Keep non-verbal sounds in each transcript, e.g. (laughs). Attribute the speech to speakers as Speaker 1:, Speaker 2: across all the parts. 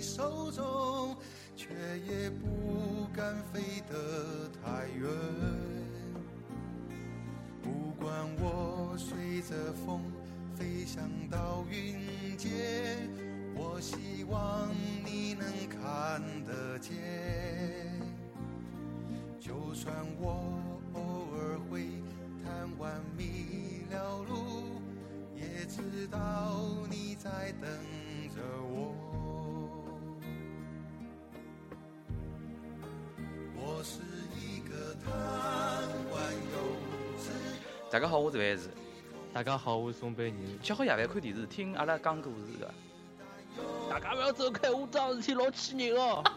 Speaker 1: 手中，却也不敢飞得太远。不管我随着风飞翔到云间，我希望你能看得见。就算我偶尔会贪玩迷了路，也知道你在等着我。我是一个贪玩又自
Speaker 2: 大家好，我是万事。
Speaker 3: 大家好，我是宋贝宁。
Speaker 2: 吃好夜饭看电视，听阿拉讲故事的。
Speaker 3: 大家不要走开，我桩事体老气人哦。
Speaker 2: (laughs)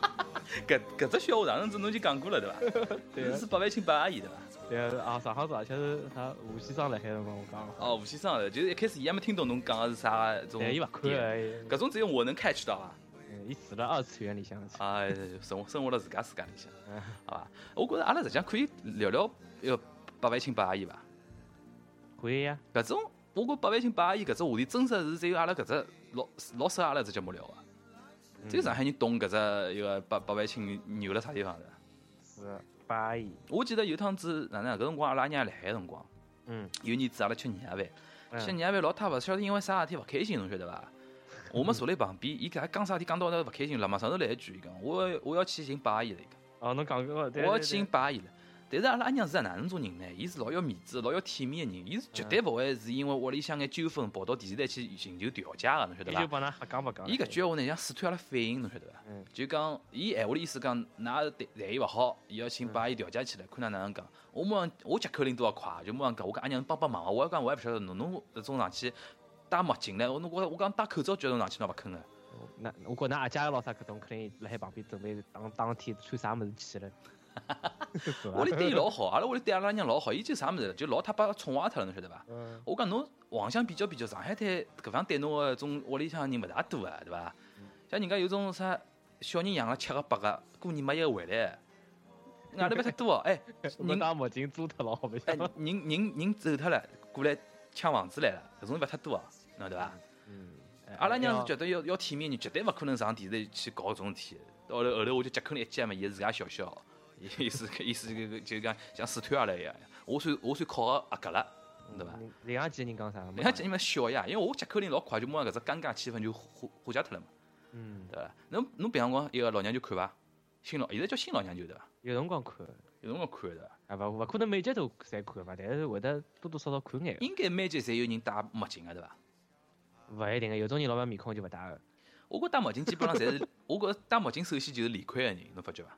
Speaker 2: 搿搿只笑话上趟子侬已经讲过 (laughs) 了对伐？
Speaker 3: 对啊
Speaker 2: 是八万亲八阿姨对伐？
Speaker 3: 对啊，啊，上趟子而且是啥吴先生来海辰光我讲了，
Speaker 2: 哦，吴先生的，就是一开始伊还没听懂侬讲的是啥种。
Speaker 3: 但伊勿看
Speaker 2: 点。
Speaker 3: 了，
Speaker 2: 搿种只有我能 catch 到啊！ (laughs)
Speaker 3: 伊伊住了二次元里向去。
Speaker 2: 啊，生活生活辣自家世界里 (laughs) 向，
Speaker 3: 嗯
Speaker 2: 好伐？我觉着阿拉实际上可以聊聊呃八万亲八阿姨伐？
Speaker 3: 可以呀，
Speaker 2: 搿种我觉八万亲八阿姨搿只话题，真实是只有阿拉搿只老老适合阿拉只节目聊啊。
Speaker 3: 嗯
Speaker 2: 只有上海人懂搿只一个八八万亲牛辣啥地方的。
Speaker 3: 是八亿。
Speaker 2: 我记得有趟子哪能搿辰光阿拉娘来海辰光，
Speaker 3: 嗯，
Speaker 2: 有一年子阿拉吃年夜饭，吃
Speaker 3: 嗯
Speaker 2: 年夜饭老太勿晓得因为啥事体勿开心，侬晓得伐？我们坐辣旁边，伊搿讲啥事体讲到那勿开心了嘛，上头来一句伊讲，我要我要去寻八阿姨了，伊讲
Speaker 3: 哦，侬讲过，对
Speaker 2: 我要
Speaker 3: 对
Speaker 2: 去
Speaker 3: 对
Speaker 2: 寻八阿姨了。但是阿拉阿娘是哪能种人呢？伊是老要面子、老要体面的人，伊是绝
Speaker 3: 嗯
Speaker 2: 对勿会是因为屋里向眼纠纷跑到电视台去寻求调解个，侬晓得
Speaker 3: 伊就
Speaker 2: 伐？
Speaker 3: 帮㑚瞎讲勿讲。
Speaker 2: 伊搿句闲话呢，像试探阿拉反应，侬晓得伐
Speaker 3: 啊嗯？
Speaker 2: 就讲伊闲话的意思讲，㑚待待伊勿好，伊要请把伊调解起来，看㑚哪能讲。我马上我接口令都要快，就马上讲，我讲阿娘帮帮忙啊！我要讲我也勿晓得侬侬搿种上去戴墨镜唻，我侬我我讲戴口罩叫侬上去侬勿肯个。啊
Speaker 3: 那我觉得阿姐老啥搿种，肯定辣海旁边准备当当天穿啥物事去了。
Speaker 2: 屋里对伊老好，阿拉屋里对阿拉娘老好，伊就啥物事就老太把宠坏脱了，侬晓得伐？
Speaker 3: 嗯
Speaker 2: 我讲侬横向比较比较，上海滩搿方对侬个种屋里向人勿大多啊，对伐？像人家有种啥小人养了七个八个，过年没一个回来，外头蛮太多哦。哎，
Speaker 3: 侬
Speaker 2: 人
Speaker 3: 戴墨镜做脱老好白
Speaker 2: 哎
Speaker 3: 相。
Speaker 2: 人人人走脱了，过来抢房子来了，搿种勿太多啊，侬对伐？
Speaker 3: 嗯，
Speaker 2: 阿拉娘是
Speaker 3: 觉
Speaker 2: 绝对要要体面人，绝对勿可能上电视台去搞搿种事体。到后头后头我就接口了一接嘛，伊是自家笑笑，伊是意思就就讲像试探阿拉一样，我算我算考个合格了，对伐？
Speaker 3: 另外几嗯个人讲啥？没
Speaker 2: 人家讲你们笑呀，因为我接口令老快，就马上搿只尴尬气氛就化化解脱了嘛，
Speaker 3: 嗯，
Speaker 2: 对伐？侬侬平常光一个老娘舅看伐？新老现在叫新老娘舅对伐？
Speaker 3: 有辰光看，
Speaker 2: 有辰光看对伐？
Speaker 3: 啊勿勿可能每集都侪看嘛，但是会得多多少少看眼。
Speaker 2: 应该每集侪有人戴墨镜个对伐？
Speaker 3: 勿一定个，有种人老板面孔就勿戴个。
Speaker 2: 我觉戴墨镜基本上侪是， (laughs) 我觉戴墨镜首先就是理亏个人，侬发觉伐？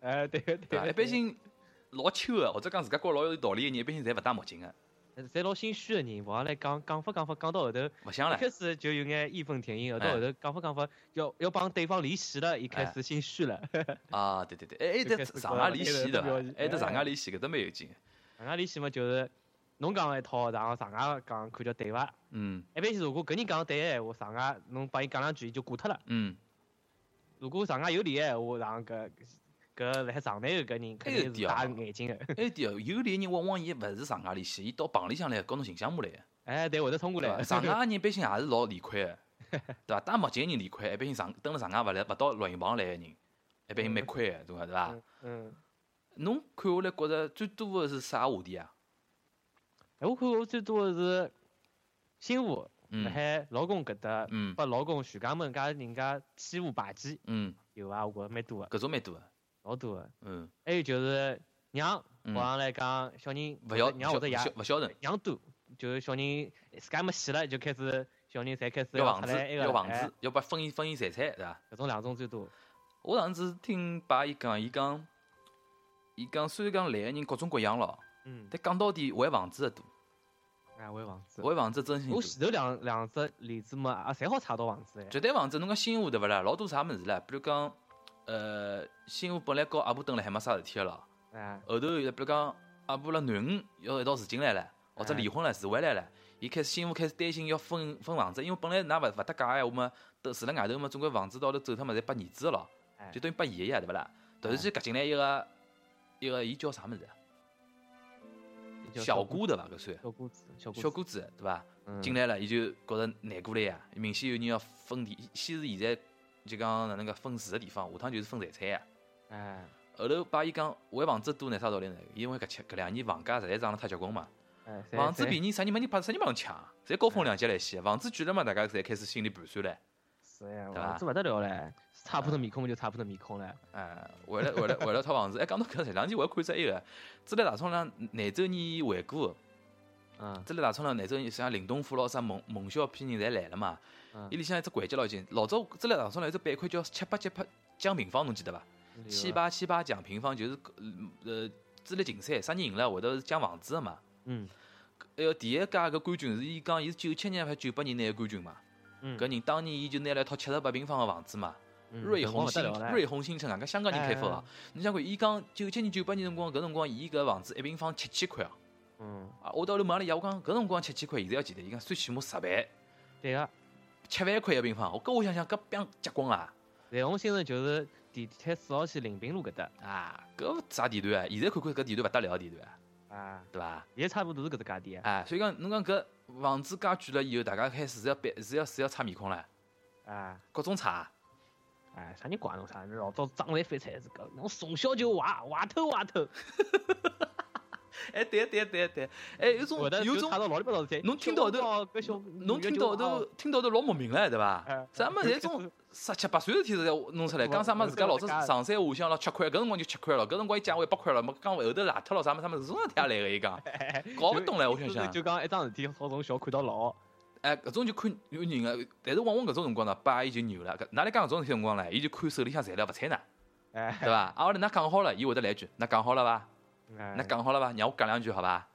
Speaker 3: 哎，对个对
Speaker 2: 对伐？
Speaker 3: 个，
Speaker 2: 一般性老秋个，或者讲自家觉得老有道理个人，一般性侪勿戴墨镜个，
Speaker 3: 侪老心虚个人，往下来讲讲法讲法讲到后头，一
Speaker 2: 勿像唻。
Speaker 3: 开始就有眼义愤填膺，后到
Speaker 2: 哎
Speaker 3: 后头讲法讲法要要帮对方离席了，一开
Speaker 2: 哎
Speaker 3: 始心虚了，
Speaker 2: 啊，对对对，哎，还得上外离席对伐？还得上外离席，搿搭蛮有劲。
Speaker 3: 人家离席嘛就是侬讲一套，然后上家讲看叫对伐？
Speaker 2: 嗯
Speaker 3: 一般是如果搿人讲对个闲话，上家侬帮伊讲两句伊就过脱了。
Speaker 2: 嗯，
Speaker 3: 如果上家有理个闲话，然后搿搿辣海场内个搿人
Speaker 2: 哎
Speaker 3: 肯定是戴眼镜个，
Speaker 2: 还有点有理个人往往伊勿是上外离席，伊到棚里向来搞侬形象骂来个。
Speaker 3: (laughs) 哎，对，会得冲过
Speaker 2: 对伐
Speaker 3: 来。
Speaker 2: 上
Speaker 3: (laughs)
Speaker 2: 海人一般性也是老理亏的，对伐？戴墨镜的人理亏，一般性上登了上海勿来勿到录音棚来的人，一般性蛮亏的，对伐？对伐？
Speaker 3: 嗯，
Speaker 2: 侬看下来觉着最多的是啥话题啊？
Speaker 3: 哎，我看我最多的是新妇辣
Speaker 2: 嗯
Speaker 3: 海老公搿搭
Speaker 2: 嗯
Speaker 3: 把老公徐家门家人家欺负霸气
Speaker 2: 嗯，
Speaker 3: 有啊，我觉着蛮多个，
Speaker 2: 搿种蛮多的，
Speaker 3: 老多个。
Speaker 2: 嗯
Speaker 3: 还有就是娘，
Speaker 2: 嗯
Speaker 3: 往上来讲小人
Speaker 2: 勿要
Speaker 3: 娘或者
Speaker 2: 勿
Speaker 3: 爷
Speaker 2: 晓勿晓得，
Speaker 3: 娘多，就是小人自家没戏了，就开始小人侪开始
Speaker 2: 要房
Speaker 3: 出来
Speaker 2: 子
Speaker 3: 埃个
Speaker 2: 要房，
Speaker 3: 哎
Speaker 2: 子，要把分一分一财产，对伐？
Speaker 3: 搿种两种最多。
Speaker 2: 我上次听爸伊讲，伊讲伊讲虽然讲来个人各种各样咯，
Speaker 3: 嗯，
Speaker 2: 但讲到底为房子的多，
Speaker 3: 哎，我有房子。
Speaker 2: 为房子真心
Speaker 3: 我
Speaker 2: 多。
Speaker 3: 前头两两只例子嘛，啊，侪好查到房子哎。
Speaker 2: 绝对房子，侬讲新华对勿啦？老多啥物事唻，比如讲，呃，新华本来和阿婆蹲辣海没啥事体个咯，
Speaker 3: 哎，
Speaker 2: 后头比如讲阿婆辣囡恩要一道住进来了，或者
Speaker 3: 哎
Speaker 2: 离婚了，住回来了，伊开始新华开始担心要分分房子，因为本来㑚勿勿搭界个闲话嘛，都住辣外头嘛，总归房子到头走脱嘛，侪拨儿子个咯
Speaker 3: 哎，
Speaker 2: 就等于拨爷爷对勿啦？突然之间夹进来一个一个，伊叫啥物事啊？
Speaker 3: 叫
Speaker 2: 小姑对伐？搿算
Speaker 3: 小姑子，小姑
Speaker 2: 小
Speaker 3: 子
Speaker 2: 姑子对伐？
Speaker 3: 嗯
Speaker 2: 进来了，伊就觉着难过了呀。明显有人要分地，先是现在就讲哪能介分住个地方，下趟就是分财产啊。
Speaker 3: 哎，
Speaker 2: 后头爸伊讲为房子多呢，啥道理呢？因为搿七搿两年房价实在涨了太结棍嘛，
Speaker 3: 哎，谁
Speaker 2: 房子
Speaker 3: 谁
Speaker 2: 便宜啥人没人怕啥人帮侬抢啊，侪高风亮节来西，房子贵了嘛，大家侪开始心里盘算唻。
Speaker 3: 是呀，
Speaker 2: 对吧
Speaker 3: 房子勿得了嘞，差不多面孔就差不多面孔嘞。
Speaker 2: 哎，为了为了为了套房子，哎，讲到搿前两天我还看只埃个，资来大冲浪廿周年回顾，
Speaker 3: 嗯
Speaker 2: 资来大冲浪廿周年，像林东富咯啥孟孟小批人侪来了嘛
Speaker 3: 嗯。
Speaker 2: 伊里向一只环节老紧，老早资来大冲浪有只板块叫七八七八奖平方，侬记得伐？
Speaker 3: 嗯啊
Speaker 2: 七，八七八奖平方就是呃资历竞赛，啥人赢了会得是奖房子个嘛。
Speaker 3: 嗯
Speaker 2: 呃，第一届搿冠军是伊讲伊是九七年还是九八年拿个冠军嘛？
Speaker 3: 嗯，
Speaker 2: 搿人当年伊就拿了一套七十八平方个房子嘛。
Speaker 3: 嗯
Speaker 2: 瑞
Speaker 3: 辰光
Speaker 2: 虹
Speaker 3: 勿得
Speaker 2: 新
Speaker 3: 了嘞
Speaker 2: 瑞虹新城啊，搿香港人开发
Speaker 3: 哎哎
Speaker 2: 啊
Speaker 3: 哎。
Speaker 2: 侬想看，伊讲九七年九八年辰光，搿辰光伊搿房子一平方七千块啊。
Speaker 3: 嗯，
Speaker 2: 啊，我到头问阿拉爷，我讲搿辰光七千块，现在要几钿？伊讲最起码十倍，
Speaker 3: 对个，
Speaker 2: 七万块一平方。我搿我想想，搿变结棍啊！
Speaker 3: 瑞虹新城就是地铁四号线临平路搿搭
Speaker 2: 啊，搿啥地段啊？现在看看搿地段勿得了的地段啊，
Speaker 3: 啊，
Speaker 2: 对伐？
Speaker 3: 现在差不多是搿只价钿啊
Speaker 2: 哎，所以讲侬讲搿房子加贵了以后，大家开始是要变是要是要擦面孔了，
Speaker 3: 啊。
Speaker 2: 各种擦。
Speaker 3: 哎，啥人怪侬啥？老早张来翻菜是搿，侬从小就坏，坏透
Speaker 2: (laughs)
Speaker 3: 坏透，
Speaker 2: 哎，对对对对，哎，有种
Speaker 3: 会得
Speaker 2: 有
Speaker 3: 就
Speaker 2: 种
Speaker 3: 差到老里八糟事体。
Speaker 2: 侬听到头
Speaker 3: 小辰光搿小
Speaker 2: 侬听到头，
Speaker 3: (laughs)
Speaker 2: 听到头老莫名了，对伐
Speaker 3: 哎？
Speaker 2: 咱们
Speaker 3: 哎
Speaker 2: 侪种十七八岁的事体侪弄出来，讲啥么自家老早上山下乡了吃亏，搿辰光就吃亏了，搿辰光一讲我一百块了，没讲后头赖脱了啥么啥么，从哪天来个伊讲，搞勿懂嘞，我想想。
Speaker 3: 哎就讲一桩事体，好从小看到老。
Speaker 2: 哎，搿种就看有人个，但是往往搿种辰光呢，爸伊就牛了，搿哪来讲搿种辰光呢？伊就看手里向材料勿睬呢， (laughs)
Speaker 3: 哎，
Speaker 2: 对伐？啊，我来㑚讲好了，伊会得来一句，㑚讲好了伐？
Speaker 3: 那
Speaker 2: 㑚讲好了伐？让我讲两句好伐？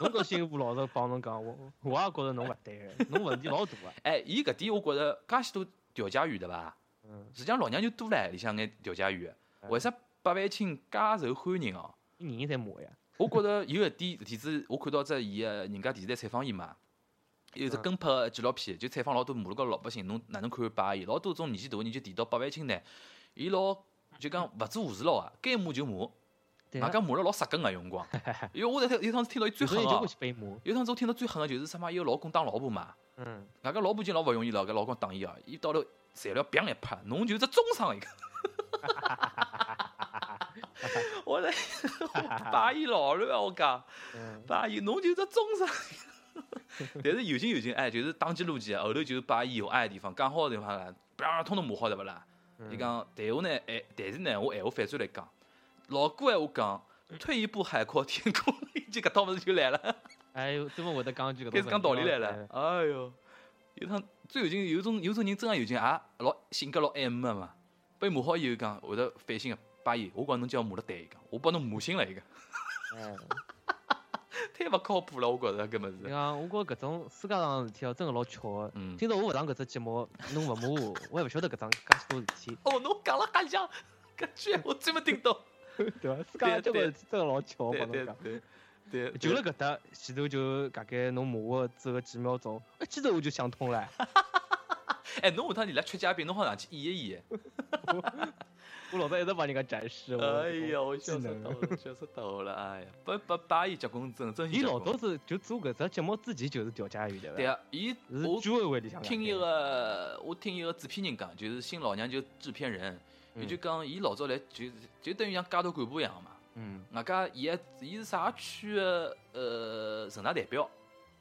Speaker 3: 侬搿媳妇老实帮侬讲，我我也觉着侬勿对个，侬问题
Speaker 2: (laughs)
Speaker 3: 老大个。
Speaker 2: 哎，伊搿点我觉着介许多调解员对伐？
Speaker 3: 嗯，
Speaker 2: 实际上老娘就多唻，里向眼调解员，
Speaker 3: 嗯
Speaker 2: 为啥八万青介受欢迎哦？
Speaker 3: 人人侪骂呀。
Speaker 2: (laughs) 我觉着有一点事体是，我看到只伊个人家电视台采访伊嘛，有只
Speaker 3: 嗯
Speaker 2: 跟拍个纪录片，就采访老多马路高头老百姓，侬哪能看把伊？老多种年纪大个人就提到八万青呢，伊老就讲勿做事咯啊，该骂就骂，
Speaker 3: 对啊
Speaker 2: 外加骂了老杀根个有辰
Speaker 3: (laughs)
Speaker 2: 光。因为我在有趟子听到伊最啊
Speaker 3: 所
Speaker 2: 狠
Speaker 3: 以就会
Speaker 2: 个，
Speaker 3: 去被骂。
Speaker 2: 有趟子我听到最狠个就是什么，伊个老公打老婆嘛，
Speaker 3: 嗯，
Speaker 2: 外加老婆已经老勿容易了，搿老公打伊啊，伊到头材料砰一拍，侬就是中伤
Speaker 3: (laughs)
Speaker 2: 一个。 (laughs) 我来， (laughs) 我把伊老乱啊！我讲， (laughs)
Speaker 3: 嗯
Speaker 2: 把伊侬就是只中伤。 (laughs) 但是有情有情，哎，就是当机立断，后头就是把伊有爱的地方、讲好的地方，叭通通抹好，对勿啦？
Speaker 3: 嗯
Speaker 2: 伊讲，但我呢，哎，但是呢，我闲话反转来讲，老古闲话讲，退一步海阔天空， (laughs) 就搿套物事就来了。
Speaker 3: 哎呦，专门会得讲句搿种
Speaker 2: 开始讲道理来
Speaker 3: 问
Speaker 2: 了
Speaker 3: 题。
Speaker 2: 哎哟，有趟最有劲，有种有种人真个有劲，也老性格老 M 个嘛。被骂好以后讲，会得反省个。八爷，我讲侬叫我骂了对一个，我帮侬骂醒了一个，
Speaker 3: 哎。
Speaker 2: 嗯
Speaker 3: 哎
Speaker 2: (laughs) 太勿靠谱了，我觉着搿么
Speaker 3: 你
Speaker 2: 子。
Speaker 3: 讲，我觉着搿种世界上的事体哦，真个老巧个。
Speaker 2: 嗯，
Speaker 3: 今朝我勿上搿只节目，侬勿
Speaker 2: (laughs)
Speaker 3: 骂我，我也勿晓得搿桩介许多事体，
Speaker 2: 哦，侬讲了瞎讲， (laughs) 搿句闲话真没听
Speaker 3: (laughs)
Speaker 2: 到。
Speaker 3: 对伐？世界上交关
Speaker 2: 对
Speaker 3: 事体真个老巧，哦
Speaker 2: 对
Speaker 3: 帮
Speaker 2: 对
Speaker 3: 侬讲。
Speaker 2: 对对，
Speaker 3: 就
Speaker 2: 对
Speaker 3: 辣搿搭，前头就大概侬骂我只个几秒钟，一记头我就想通
Speaker 2: (laughs)
Speaker 3: 了。
Speaker 2: 哎，侬下趟你来缺嘉宾，侬好上去演一演。
Speaker 3: 我老早一直帮人家展示。我
Speaker 2: 哎呀，我
Speaker 3: 技
Speaker 2: 笑死
Speaker 3: 能
Speaker 2: 到了，笑死到了，哎呀，八八八爷结棍真真是
Speaker 3: 伊
Speaker 2: 结
Speaker 3: 老
Speaker 2: 棍。
Speaker 3: 早是就做搿只节目之前就是调解员对伐？
Speaker 2: 对啊，伊我
Speaker 3: 是居委会里向的。
Speaker 2: 听一个，我听一个制片人讲，就是新老娘就制片人，伊
Speaker 3: 嗯
Speaker 2: 就讲伊老早来就就等于像街头干部一样嘛。
Speaker 3: 嗯，
Speaker 2: 外加伊还伊是啥区的呃人大代表，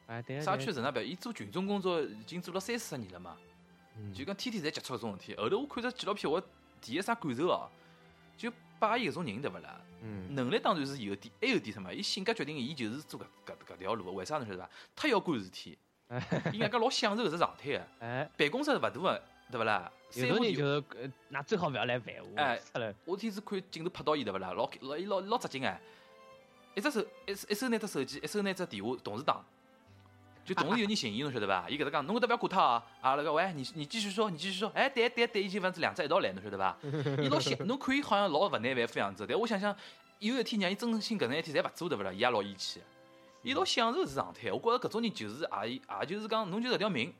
Speaker 3: 哎对啊
Speaker 2: 啥
Speaker 3: 对
Speaker 2: 区
Speaker 3: 啊
Speaker 2: 人大代表，伊做群众工作已经做了三四十年了嘛，
Speaker 3: 嗯
Speaker 2: 就讲天天侪接触搿种事体。后头我看只纪录片，我第一啥感受哦，就把伊搿种人对勿啦？
Speaker 3: 嗯
Speaker 2: 能力当然是有点，还有点什么？伊性格决定的，伊就是做搿搿搿条路的。为啥侬晓得伐？太要管事
Speaker 3: (laughs)
Speaker 2: 体，伊外加老享受搿只状态个。
Speaker 3: 哎，
Speaker 2: 办公室是勿大个，对勿啦？
Speaker 3: 有
Speaker 2: 三
Speaker 3: 种
Speaker 2: 五
Speaker 3: 人
Speaker 2: 年，
Speaker 3: 就是呃那最好勿要来烦我。
Speaker 2: 哎
Speaker 3: 出来，
Speaker 2: 我天是看镜头拍到伊，对勿啦？老老伊老老扎劲哎！一只手一一手拿只手机，一手拿只电话，同时打，就同时有人寻伊，侬晓得伐？伊搿搭讲，侬搿搭勿要管他啊！啊，那个喂，你你继续说，你继续说，哎，对对对，伊就反正两只一道来，侬晓得伐？伊老想，侬看伊好像老勿耐烦副样子，但我想想，有一天让伊真心搿能一天侪勿做，对勿啦？伊也老义气，伊老享受是状态。我觉着搿种人就是也也就是讲，侬就搿条命。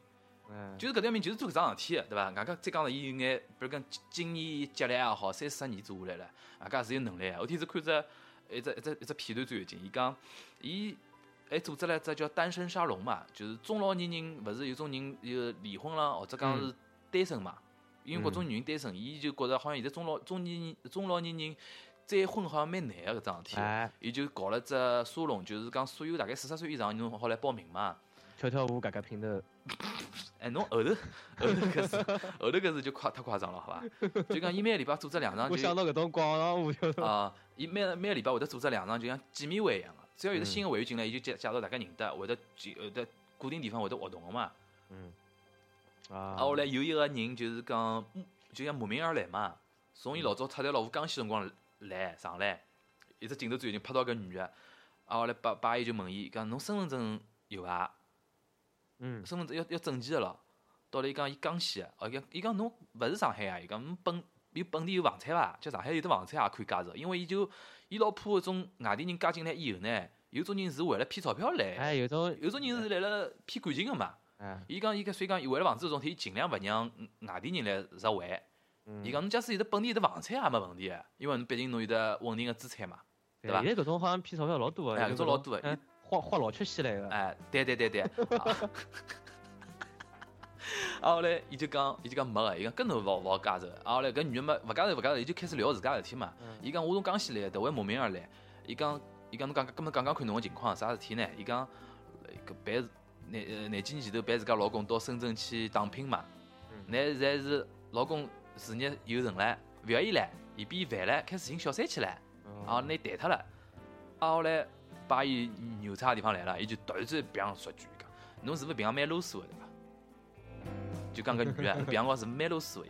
Speaker 3: 嗯，
Speaker 2: 就是搿条命就是做搿桩事体个，对伐？外加再讲了，伊有眼，比如讲经经验积累也好，三四十年做下来了，外加是有能力个。我天是看只一只一只一只片段最有劲，伊讲伊还组织了一只叫单身沙龙嘛，就是中老年人勿是有种人有离婚了，或者讲是单身嘛，因为搿种女人单身，伊就觉着好像现在中老中年人中老年人再婚好像蛮难个搿桩事体。
Speaker 3: 哎，
Speaker 2: 伊就搞了只沙龙，就是讲所有大概四十岁以上侬好来报名嘛。
Speaker 3: 跳跳舞搿个频道，
Speaker 2: 哎，侬后头后头搿是后头搿是就夸太夸张了，好伐？就讲伊每个礼拜组织两场，
Speaker 3: 我
Speaker 2: 就
Speaker 3: 想到搿种广场舞跳跳，
Speaker 2: 啊，伊每每个礼拜会得组织两场，就像见面会一样个。只要有得新个会员进来，伊就介介绍大家认得，会得聚会得固定地方会得活动个嘛。
Speaker 3: 嗯，
Speaker 2: 啊，
Speaker 3: 啊，
Speaker 2: 后来有一个人就是讲，就像慕名而来嘛，从伊
Speaker 3: 嗯
Speaker 2: 老早出来老虎江西辰光来上来，一直镜头最近拍到搿女个，啊，后来爸爸伊就问伊讲，侬身份证有啊伐、
Speaker 3: 嗯，
Speaker 2: 身份证要要证件个咯。到了伊讲伊江西个，哦，伊讲伊讲侬勿是上海啊，伊讲侬本有本地有房产伐？叫上海有得房产也啊可以加入，因为伊就伊老怕搿种外地人加进来以后呢，有种人是为了骗钞票来，
Speaker 3: 哎，有种，
Speaker 2: 有种人是来了骗感情个嘛。
Speaker 3: 哎，
Speaker 2: 伊讲伊讲，所以讲伊为了防止搿种事体，伊尽量勿让外地人来入会。
Speaker 3: 嗯
Speaker 2: 伊讲侬假使有得本地有得房产也没问题个，因为侬毕竟侬有得稳定个资产嘛。对
Speaker 3: 对
Speaker 2: 吧
Speaker 3: 现在搿种好像骗钞票老多个，
Speaker 2: 哎
Speaker 3: 有
Speaker 2: 搿种老多的
Speaker 3: 哎，花花老吃稀来个，
Speaker 2: 哎，对对对对。啊 (laughs) 啊后来伊就讲，伊就讲没个，伊讲根本勿勿好加入。啊后来搿女个嘛勿加入勿加入，伊就开始聊自家事体嘛。
Speaker 3: 嗯，
Speaker 2: 伊讲我从江西来的，我也慕名而来。伊讲伊讲侬讲，搿么讲讲看侬个情况啥事体呢？伊讲搿办廿呃廿几年前头办自家老公到深圳去打拼嘛。
Speaker 3: 嗯
Speaker 2: 那现在是老公事业有成了，勿要伊了，伊变烦了，开始寻小三去了。
Speaker 3: 嗯
Speaker 2: 啊，
Speaker 3: 哦
Speaker 2: 拿伊逮脱了，啊后来把伊牛叉的地方来了，伊就突然之间别样说句伊讲，侬是勿是平常蛮啰嗦个对伐？就讲搿女个平常光是蛮啰嗦个，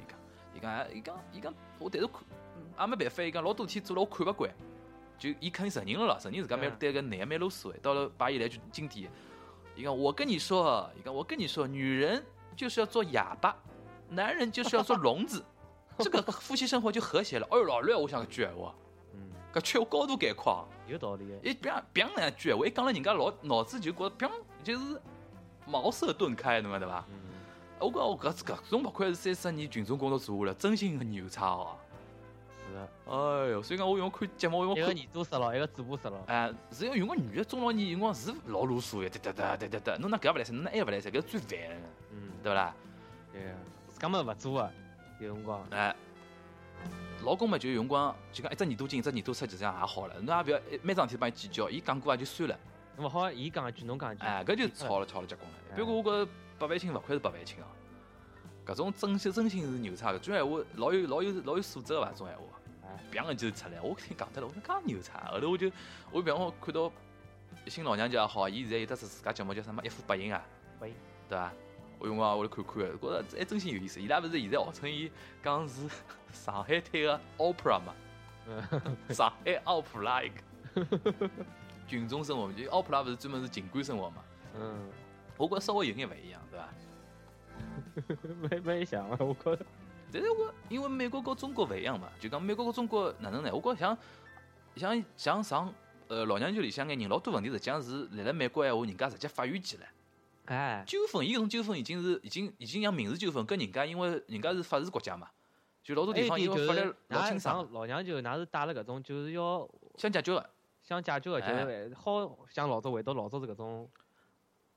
Speaker 2: 伊讲，伊讲哎伊讲伊讲我但是看也没办法，伊讲老多天做了我看勿惯，就伊肯定承认了咯，承认自家蛮
Speaker 3: 嗯
Speaker 2: 对搿男个蛮啰嗦个，到了把伊来句经典，伊讲我跟你说，啊伊讲我跟你说，女人就是要做哑巴，男人就是要做聋子， (laughs) 这个夫妻生活就和谐了。哎呦老六，我想搿句闲话。
Speaker 3: 嗯，
Speaker 2: 搿缺乏高度概括，
Speaker 3: 有道理个，
Speaker 2: 一别别两句，我一讲了人家老脑子就觉着别就是茅塞顿开，侬晓得伐？
Speaker 3: 嗯，
Speaker 2: 我讲我搿搿种勿愧是三十年群众工作做下来，真心很牛叉哦。
Speaker 3: 是的，
Speaker 2: 哎哟，所以讲我用看节目，用
Speaker 3: 一个
Speaker 2: 看
Speaker 3: 耳朵塞了，一个嘴巴塞了，
Speaker 2: 哎，是要用个女的中老年辰光是老啰嗦的，哒哒哒哒哒哒，侬那搿也勿来塞，侬那还勿来塞，搿最烦的，
Speaker 3: 嗯，
Speaker 2: 对勿啦？
Speaker 3: 对个，自家么勿做个，有辰光，
Speaker 2: 哎，老公嘛，就有辰光就讲一只耳朵进，一只耳朵出，其实也好了，侬也勿要每桩事体帮伊计较，伊讲过也就算了。
Speaker 3: 侬勿好伊讲一句，侬讲一句，
Speaker 2: 哎，搿就吵了吵了结棍了。不过我觉着白万清勿愧是白万清啊，搿种真心真心是牛叉的，种闲话老有老有老有素质个伐？种闲话
Speaker 3: 哎，
Speaker 2: 别个就出来，我听讲得了，我讲介牛叉。啊后头我就我比方我看到新老娘家也好，伊现在有得自自家节目叫什么一呼百应啊，
Speaker 3: 百应
Speaker 2: 对伐？我用啊光我来看看的，觉着还真心有意思。伊拉勿是现在号称伊讲是 (laughs) 上海滩个 opera 嘛？
Speaker 3: 嗯，
Speaker 2: 上海奥普拉一个 (laughs) 群众生活，就奥普拉勿是专门是景观生活嘛？ (laughs)
Speaker 3: 嗯，
Speaker 2: 我觉得稍微有眼勿一样，对伐？
Speaker 3: 没没想啊，我觉着，
Speaker 2: 但是我因为美国和中国勿一样嘛，就讲美国和中国哪能呢？我觉着像像像上呃老娘舅里向眼人老多问题，实际上是辣辣美国闲话，人家直接法院见了
Speaker 3: 哎，
Speaker 2: 纠纷，伊搿种纠纷已经是已经已经像民事纠纷，跟人家因为人家是法治国家嘛，就老多
Speaker 3: 还有
Speaker 2: 哎地
Speaker 3: 一
Speaker 2: 方因
Speaker 3: 点哎就
Speaker 2: 为法律
Speaker 3: 是，
Speaker 2: 老
Speaker 3: 㑚
Speaker 2: 清爽，
Speaker 3: 上老娘舅，㑚是带了搿种，就是要
Speaker 2: 想解决个。
Speaker 3: 想解决个，
Speaker 2: 哎
Speaker 3: 就是好像老早回到老早是搿种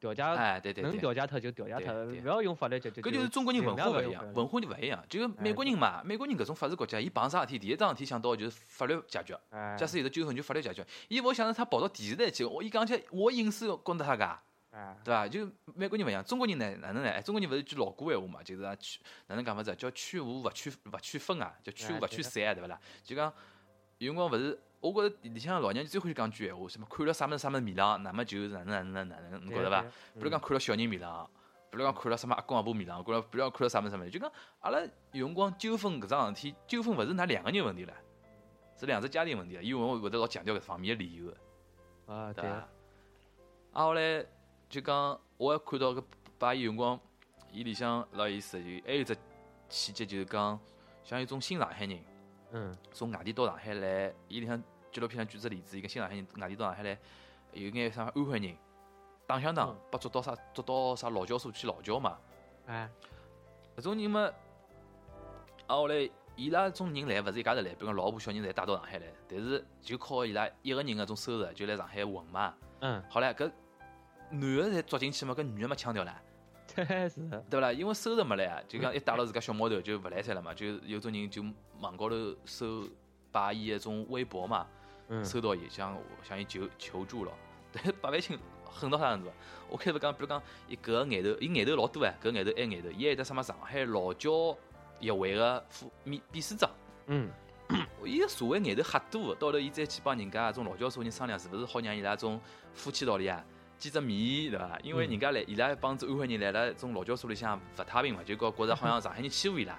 Speaker 3: 调解。
Speaker 2: 哎，对对
Speaker 3: 能
Speaker 2: 对。
Speaker 3: 调解脱就调解脱，
Speaker 2: 对对
Speaker 3: 勿要用法律解决。
Speaker 2: 搿就是中国人文化
Speaker 3: 勿
Speaker 2: 勿一样，文化就勿一样。
Speaker 3: 哎
Speaker 2: 就是美国人嘛，美国人搿种法治国家，伊碰啥事体，第一桩事体想到的就是法律解决。
Speaker 3: 哎，
Speaker 2: 假使有的纠纷就法律解决。伊勿想着他跑到电视台去，我伊讲起我隐私跟得他噶，
Speaker 3: 哎，
Speaker 2: 对伐？就美国人勿一样，中国人呢哪能呢？哎中国人勿是句老古闲话嘛，就是啊区哪能讲法子啊，叫区无勿区勿区分啊，叫区无
Speaker 3: 哎
Speaker 2: 勿
Speaker 3: 对
Speaker 2: 区
Speaker 3: 的
Speaker 2: 散啊，对勿啦？就讲有辰光勿是，我觉着里向老娘最欢喜讲句闲话，什么看了啥物事啥物事迷浪，那么就是哪能哪能哪能哪能，侬觉
Speaker 3: 对
Speaker 2: 着伐？？比
Speaker 3: 比
Speaker 2: 如讲，看了小人迷浪，比如讲
Speaker 3: 嗯
Speaker 2: 看了什么阿公阿婆迷浪，看了比如讲看了啥么子啥么子，就讲阿拉有辰光纠纷搿桩事体，纠纷勿是㑚两个人问题唻，是两只家庭问题了，因为我会得老强调搿方面的理由的，
Speaker 3: 啊，
Speaker 2: 对
Speaker 3: 对
Speaker 2: 伐
Speaker 3: 啊，？
Speaker 2: 啊后来就讲我还看到搿爸伊有辰光，伊里向老有意思的，就还有一只细节就是讲，像有种新上海人
Speaker 3: 嗯，
Speaker 2: 从外地到上海来，伊里向纪录片上举只例子，伊个新上海人外地到上海来，有眼啥安徽人。打相打
Speaker 3: 嗯，
Speaker 2: 被捉到啥捉到啥劳教所去劳教嘛，
Speaker 3: 哎，
Speaker 2: 搿种人嘛，啊后来伊拉种人来，勿是一家头来，比如讲老婆小人侪带到上海来，但是就靠伊拉一个人搿种收入就来上海混嘛。
Speaker 3: 嗯， (laughs)
Speaker 2: 好唻，搿男个侪抓进去嘛，搿女个嘛抢掉了，
Speaker 3: 是的，
Speaker 2: 对伐啦？因为收入没来，就讲一打到自家小毛头就勿来三了嘛，就有种人就网高头搜把伊一种微博嘛，
Speaker 3: 嗯，
Speaker 2: 搜到伊向向伊求求助了，但是百万青狠到啥程度啊？我开始讲，比如讲伊搿个眼头，伊眼头老多哎，搿眼头埃眼头，伊还有得啥么上海劳教协会个副秘秘书长。
Speaker 3: 嗯，
Speaker 2: 伊个社会眼头瞎多，到头伊再去帮人家种老教授人商量，是勿是好让伊拉种夫妻道理啊？见只面对伐？因为
Speaker 3: 嗯
Speaker 2: 人家来，伊拉帮子安徽人来了，种老教授里向勿太平嘛，就觉觉着好像上海人欺负伊拉，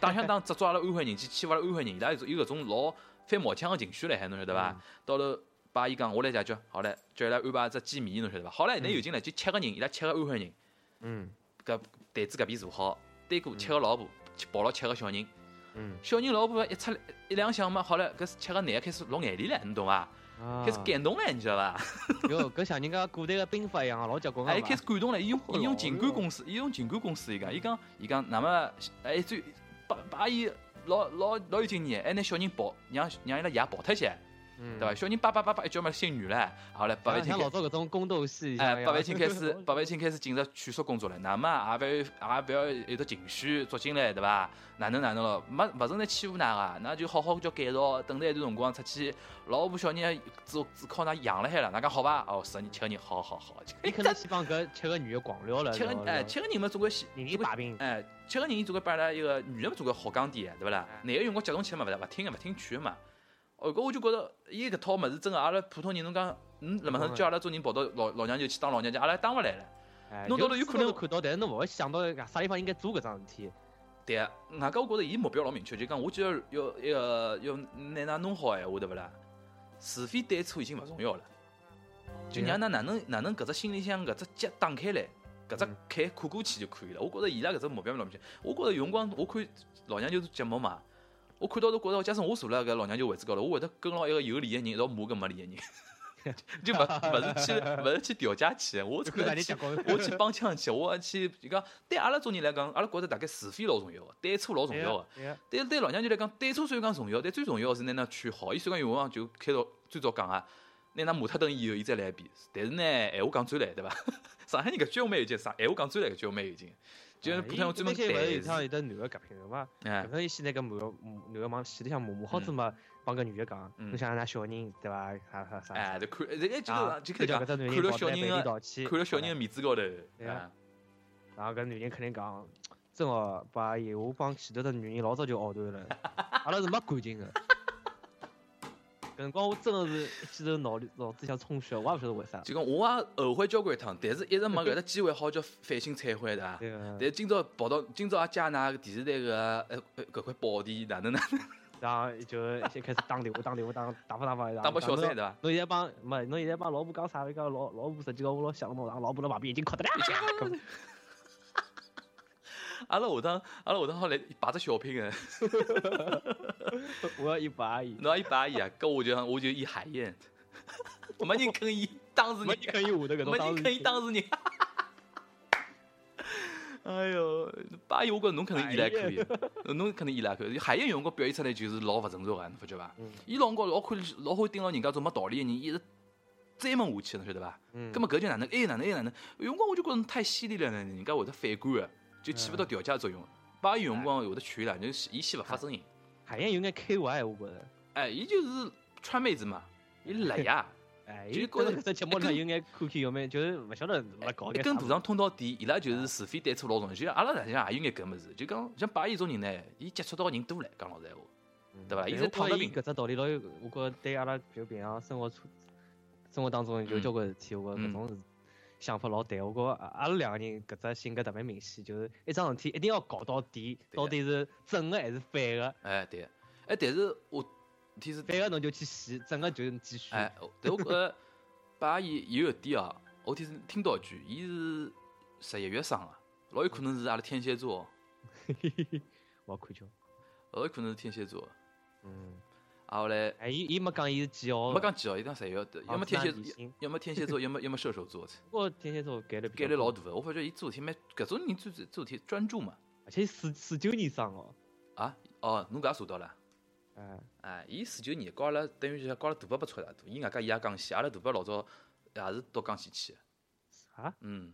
Speaker 2: 打相打只抓阿拉安徽人去欺负阿拉安徽人，伊拉有有搿种老翻毛腔个情绪辣海，侬晓得伐
Speaker 3: 嗯？
Speaker 2: 到头把伊讲我来解决，好唻，叫伊拉安排只见面，侬晓得伐？好唻，
Speaker 3: 嗯
Speaker 2: 侬有劲唻，就七个人，伊拉七个安徽人，
Speaker 3: 嗯，
Speaker 2: 搿台子搿边坐好，对过七个老婆，抱牢七个小人。
Speaker 3: 嗯，
Speaker 2: 小人老婆一出来一两响嘛，好了，搿是吃个奶开始落眼泪了，侬懂伐？
Speaker 3: 啊
Speaker 2: 开始感动了，你晓得伐？
Speaker 3: 哟，搿像人家古代个兵法一样啊，老结棍个
Speaker 2: 哎，
Speaker 3: 嘛
Speaker 2: 开始感动了，伊用
Speaker 3: 老
Speaker 2: 伊用
Speaker 3: 了
Speaker 2: 情感公司，伊用情感公司，伊讲，伊讲，伊讲，那么哎最把把伊老老老有经验，哎拿小人抱，让让伊拉爷抱脱些，
Speaker 3: 嗯哎
Speaker 2: 对伐？小人叭叭叭叭一叫嘛心软了，好了，八万
Speaker 3: 像
Speaker 2: 青
Speaker 3: 老早搿种宫斗戏一样
Speaker 2: 哎，
Speaker 3: 呀，
Speaker 2: 八万
Speaker 3: (laughs)
Speaker 2: 青开始，八万青开始进入劝说工作了，哪嘛也勿要也勿要有得情绪捉进来，对伐？哪能哪能咯，没勿存在欺负㑚个，㑚就好好叫改造，等待一段辰光出去，老婆小人只只靠㑚养了海了，㑚讲好伐？哦，十个人七个人，好好好，
Speaker 3: 你可能去帮搿七个女的广聊了，
Speaker 2: 七个人哎，七个人嘛，总归先
Speaker 3: 人人
Speaker 2: 总归
Speaker 3: 把柄，
Speaker 2: 哎，七个人伊总归摆辣一个女的嘛，总归好讲点，对勿
Speaker 3: 哎
Speaker 2: 啦？男个用光激动起来嘛，勿勿听啊个，勿听劝个嘛。哦，搿我就觉着伊搿套物事真个，阿拉普通人侬讲，嗯，辣么上叫阿拉种人跑到老老娘舅去当老娘舅，阿拉当勿来了。
Speaker 3: 哎
Speaker 2: 弄到
Speaker 3: 就
Speaker 2: 了有可
Speaker 3: 是
Speaker 2: 能
Speaker 3: 看到，但是侬勿会想到啊啥地方应该做搿桩事体，
Speaker 2: 对啊，外加我觉着伊目标老明确，就讲我就要要那个要拿㑚弄好闲话，对勿啦？是非对错已经勿重要了，就
Speaker 3: 对啊
Speaker 2: 让㑚哪能哪能搿只心里向搿只结打开来，搿只
Speaker 3: 嗯
Speaker 2: 坎跨过去就可以了。我觉着伊拉搿只目标老明确。我觉着有辰光我看老娘舅节目嘛，我看到都觉着，假使我坐辣搿老娘舅位置高头，我会得跟牢一个有理的人一道骂搿没理的人， (laughs) 就勿勿是去勿是去调解去，我
Speaker 3: 就
Speaker 2: 只
Speaker 3: 看啥
Speaker 2: 能
Speaker 3: 人
Speaker 2: 去
Speaker 3: 结棍， (laughs)
Speaker 2: 我去帮腔去，我去就讲对阿拉种人来讲，阿拉觉着大概是非老重要个，对错老重要个。
Speaker 3: 对哎呀，
Speaker 2: 但是对老娘舅来讲，对错虽然讲重要，但最重要的是拿㑚劝好。伊虽然有辰光就开头最早讲啊，拿㑚骂脱顿以后，伊再来一遍。但是呢，闲话讲转来，对伐？ (laughs) 上海人搿句我蛮有劲，上闲话讲转来搿句我蛮有劲，
Speaker 3: 哎
Speaker 2: 就是普通人专门啊
Speaker 3: 勿是有
Speaker 2: 对
Speaker 3: 趟，有得男个搿评论嘛，
Speaker 2: 哎
Speaker 3: 搿，趟伊先拿搿男个男个往死里向骂，骂好子嘛，帮搿女个讲，
Speaker 2: 嗯
Speaker 3: 侬想让㑚小人对伐？啥啥啥，
Speaker 2: 哎，就看，这个就
Speaker 3: 啊，
Speaker 2: 是就开始
Speaker 3: 叫
Speaker 2: 讲，
Speaker 3: 搿只男
Speaker 2: 看
Speaker 3: 人
Speaker 2: 了
Speaker 3: 跑
Speaker 2: 小
Speaker 3: 出来
Speaker 2: 人
Speaker 3: 背地
Speaker 2: 个，
Speaker 3: 道歉，
Speaker 2: 看了小
Speaker 3: 好
Speaker 2: 人
Speaker 3: 了
Speaker 2: 个面子高头，
Speaker 3: 对啊
Speaker 2: 啊，
Speaker 3: 然后搿男人肯定讲，真哦，把业务帮前头的女人老早就熬断了，阿拉是没感情的。搿辰光我真的是一记头脑里脑子里想充血，我也勿晓得为啥。
Speaker 2: 就讲我也后悔交关一趟，但是一直没搿只机会好叫反省忏悔，对啊
Speaker 3: (laughs)
Speaker 2: 伐？
Speaker 3: 对啊个，
Speaker 2: 但今朝跑到今朝也借㑚电视台个呃呃搿块宝地，哪能哪能
Speaker 3: 然后就先开始打电话，打电话，打打发打发，
Speaker 2: 打拨小三对
Speaker 3: 的。
Speaker 2: 伐？
Speaker 3: 侬现在帮没？侬现在帮老婆讲啥？伊讲老老婆实际讲我老想侬，然后老婆辣旁边已经哭得了。
Speaker 2: 阿拉下趟阿拉下趟好来摆只小品个，
Speaker 3: 我要一把阿姨，
Speaker 2: (laughs) 侬也一摆伊啊，搿我就想我就演海燕， (laughs) 没人坑伊当事
Speaker 3: 没
Speaker 2: 人
Speaker 3: 人，可以下头搿种
Speaker 2: 没
Speaker 3: 当
Speaker 2: 人
Speaker 3: 事
Speaker 2: 坑伊当事人。 (laughs) 哎哟，摆伊我觉着侬可能依赖可以，侬可能依赖可以。海燕有辰光表现出来就是老勿成熟啊个，侬发觉伐？
Speaker 3: 嗯
Speaker 2: 伊老辰光老看老欢喜盯牢人家种没道理个人，一直追问下去，侬晓得伐？
Speaker 3: 嗯
Speaker 2: 咁么搿就哪能？哎哪能？哎哪能？有辰光我就觉着太犀利了呢，人家会得反感个，就起
Speaker 3: 嗯
Speaker 2: 勿到调解作用。把伊
Speaker 3: 哎
Speaker 2: 有辰光会得劝伊拉，就是伊先勿发声音。
Speaker 3: 海燕有眼 K Y，我觉着。
Speaker 2: 哎，伊就是川妹子嘛，伊辣呀，
Speaker 3: 哎，
Speaker 2: 就是
Speaker 3: 伊
Speaker 2: 觉
Speaker 3: 觉
Speaker 2: 得
Speaker 3: 着搿只节目里向有眼看看有没有，就是勿晓得辣 (laughs) 搞
Speaker 2: 一
Speaker 3: 眼啥哎
Speaker 2: 根
Speaker 3: 物
Speaker 2: 大
Speaker 3: 事。
Speaker 2: 肠哎通到底，伊拉就是是非对错老重。其实阿拉实际上也有眼搿物事，就讲像把伊种人呢，伊接触到人多唻，讲老实闲话。对伐伊
Speaker 3: 但
Speaker 2: 是
Speaker 3: 我觉
Speaker 2: 躺
Speaker 3: 得
Speaker 2: 得
Speaker 3: 伊
Speaker 2: 平
Speaker 3: 搿只道理老有，我觉着对阿拉就平常生活处生活当中有交关事体，我觉着
Speaker 2: 嗯
Speaker 3: 搿种事想法老对。我觉着阿阿拉两个人搿只性格特别明显，就是一桩事体一定要搞到底，
Speaker 2: 对
Speaker 3: 到底是正个还是反个？
Speaker 2: 哎对，哎但是我问
Speaker 3: (laughs)
Speaker 2: 题是，
Speaker 3: 反个侬就去洗，正个就继续。
Speaker 2: 哎，我但我觉着把伊也有一点啊，我听是听到一句，伊是十一月生个，老有可能是阿拉天蝎座哦，
Speaker 3: 我看叫，
Speaker 2: 老有可能是天蝎座。
Speaker 3: 嗯，
Speaker 2: 啊，后来
Speaker 3: 哎，伊伊没讲伊是几号
Speaker 2: 没
Speaker 3: 的，
Speaker 2: 讲几号，伊讲十一号的，要么天蝎
Speaker 3: 啊，是哪女性
Speaker 2: 要么天蝎 (laughs) 座，要么要么射手座，
Speaker 3: 不过天蝎座概率比
Speaker 2: 概
Speaker 3: 较
Speaker 2: 率老
Speaker 3: 高，
Speaker 2: 大的。我发觉伊做事体蛮，搿种人做做事体专注嘛。
Speaker 3: 而且四四九年生哦，
Speaker 2: 啊，哦，侬搿也查到了。
Speaker 3: 哎，
Speaker 2: 哎，伊四九年，跟阿拉等于就跟阿拉大伯伯差勿大。伊外加伊也江西，阿拉大伯老早也是到江西去的。
Speaker 3: 啥？
Speaker 2: 嗯，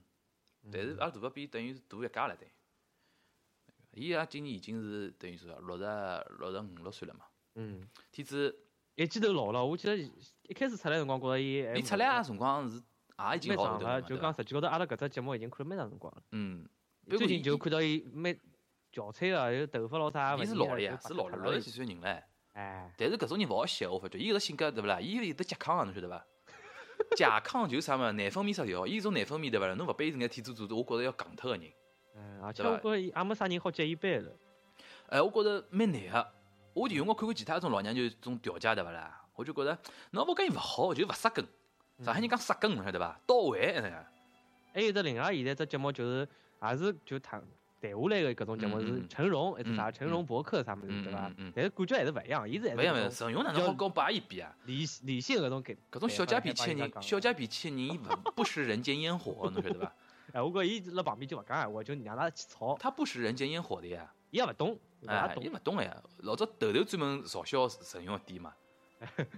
Speaker 2: 但是阿拉大伯比等于是大一届了，等于。伊拉今年已经是等于是六十六十五六岁了嘛。
Speaker 3: 嗯，
Speaker 2: 天子，
Speaker 3: 一记头老了，我记得一开始出来的辰光，觉着伊还
Speaker 2: 伊出来个辰光是也已经老
Speaker 3: 蛮哎
Speaker 2: 头
Speaker 3: 长
Speaker 2: 了嘛，
Speaker 3: 了，
Speaker 2: 对伐
Speaker 3: 就讲？实际高头，阿拉搿只节目已经看了蛮长辰光了。
Speaker 2: 嗯，不
Speaker 3: 最
Speaker 2: 过
Speaker 3: 近
Speaker 2: 伊
Speaker 3: 就看到伊蛮憔悴了，又头发老啥
Speaker 2: 伊
Speaker 3: 问
Speaker 2: 是
Speaker 3: 题
Speaker 2: 老
Speaker 3: 了，
Speaker 2: 了
Speaker 3: 就
Speaker 2: 呀，
Speaker 3: 白
Speaker 2: 是老
Speaker 3: 脱
Speaker 2: 了，六十
Speaker 3: 已
Speaker 2: 几
Speaker 3: 经
Speaker 2: 岁人唻。
Speaker 3: 哎，
Speaker 2: 但是搿种人勿好吸，我发觉，伊搿只性格对勿啦？伊有得拮抗啊，侬晓得 (laughs) 伐？拮抗就是啥嘛，内分泌失调，伊是种内分泌对勿啦？侬勿拨伊搿眼天资做做，我觉着要戆脱个人。
Speaker 3: 嗯，而且
Speaker 2: 对
Speaker 3: 我
Speaker 2: 吧
Speaker 3: 觉着伊也没啥人好接伊班了。
Speaker 2: 哎，我觉着蛮难个。我有辰光看看其他种老娘舅种调解对勿啦？我就觉着，侬勿讲伊勿好，就勿杀根。上海人讲杀根，侬晓得伐？到位那个。
Speaker 3: 嗯还有只另外现在只节目就是也是就谈谈下来个搿种节
Speaker 2: 嗯
Speaker 3: 目
Speaker 2: 嗯
Speaker 3: 是
Speaker 2: 嗯
Speaker 3: 陈荣还是啥
Speaker 2: 嗯
Speaker 3: 陈荣博客啥物事
Speaker 2: 嗯
Speaker 3: 对伐
Speaker 2: 嗯嗯？
Speaker 3: 但是感觉还是勿一样，伊是还
Speaker 2: 勿一样勿一
Speaker 3: 是
Speaker 2: 样，陈
Speaker 3: 搿种
Speaker 2: 勇哪能好跟八一比啊？
Speaker 3: 理理性搿种给。
Speaker 2: 搿种小家脾气的人，小家脾气的人，伊勿 (laughs) 不食人间烟火，侬晓得伐？
Speaker 3: 哎，我觉着伊辣旁边就勿讲闲话，就让㑚去吵，
Speaker 2: 他不食人间烟火的呀，
Speaker 3: 伊也勿懂，伊
Speaker 2: 哎
Speaker 3: 也，
Speaker 2: 伊
Speaker 3: 懂。
Speaker 2: 勿懂哎。老早豆豆专门嘲笑陈勇个点
Speaker 3: (laughs)
Speaker 2: 嘛，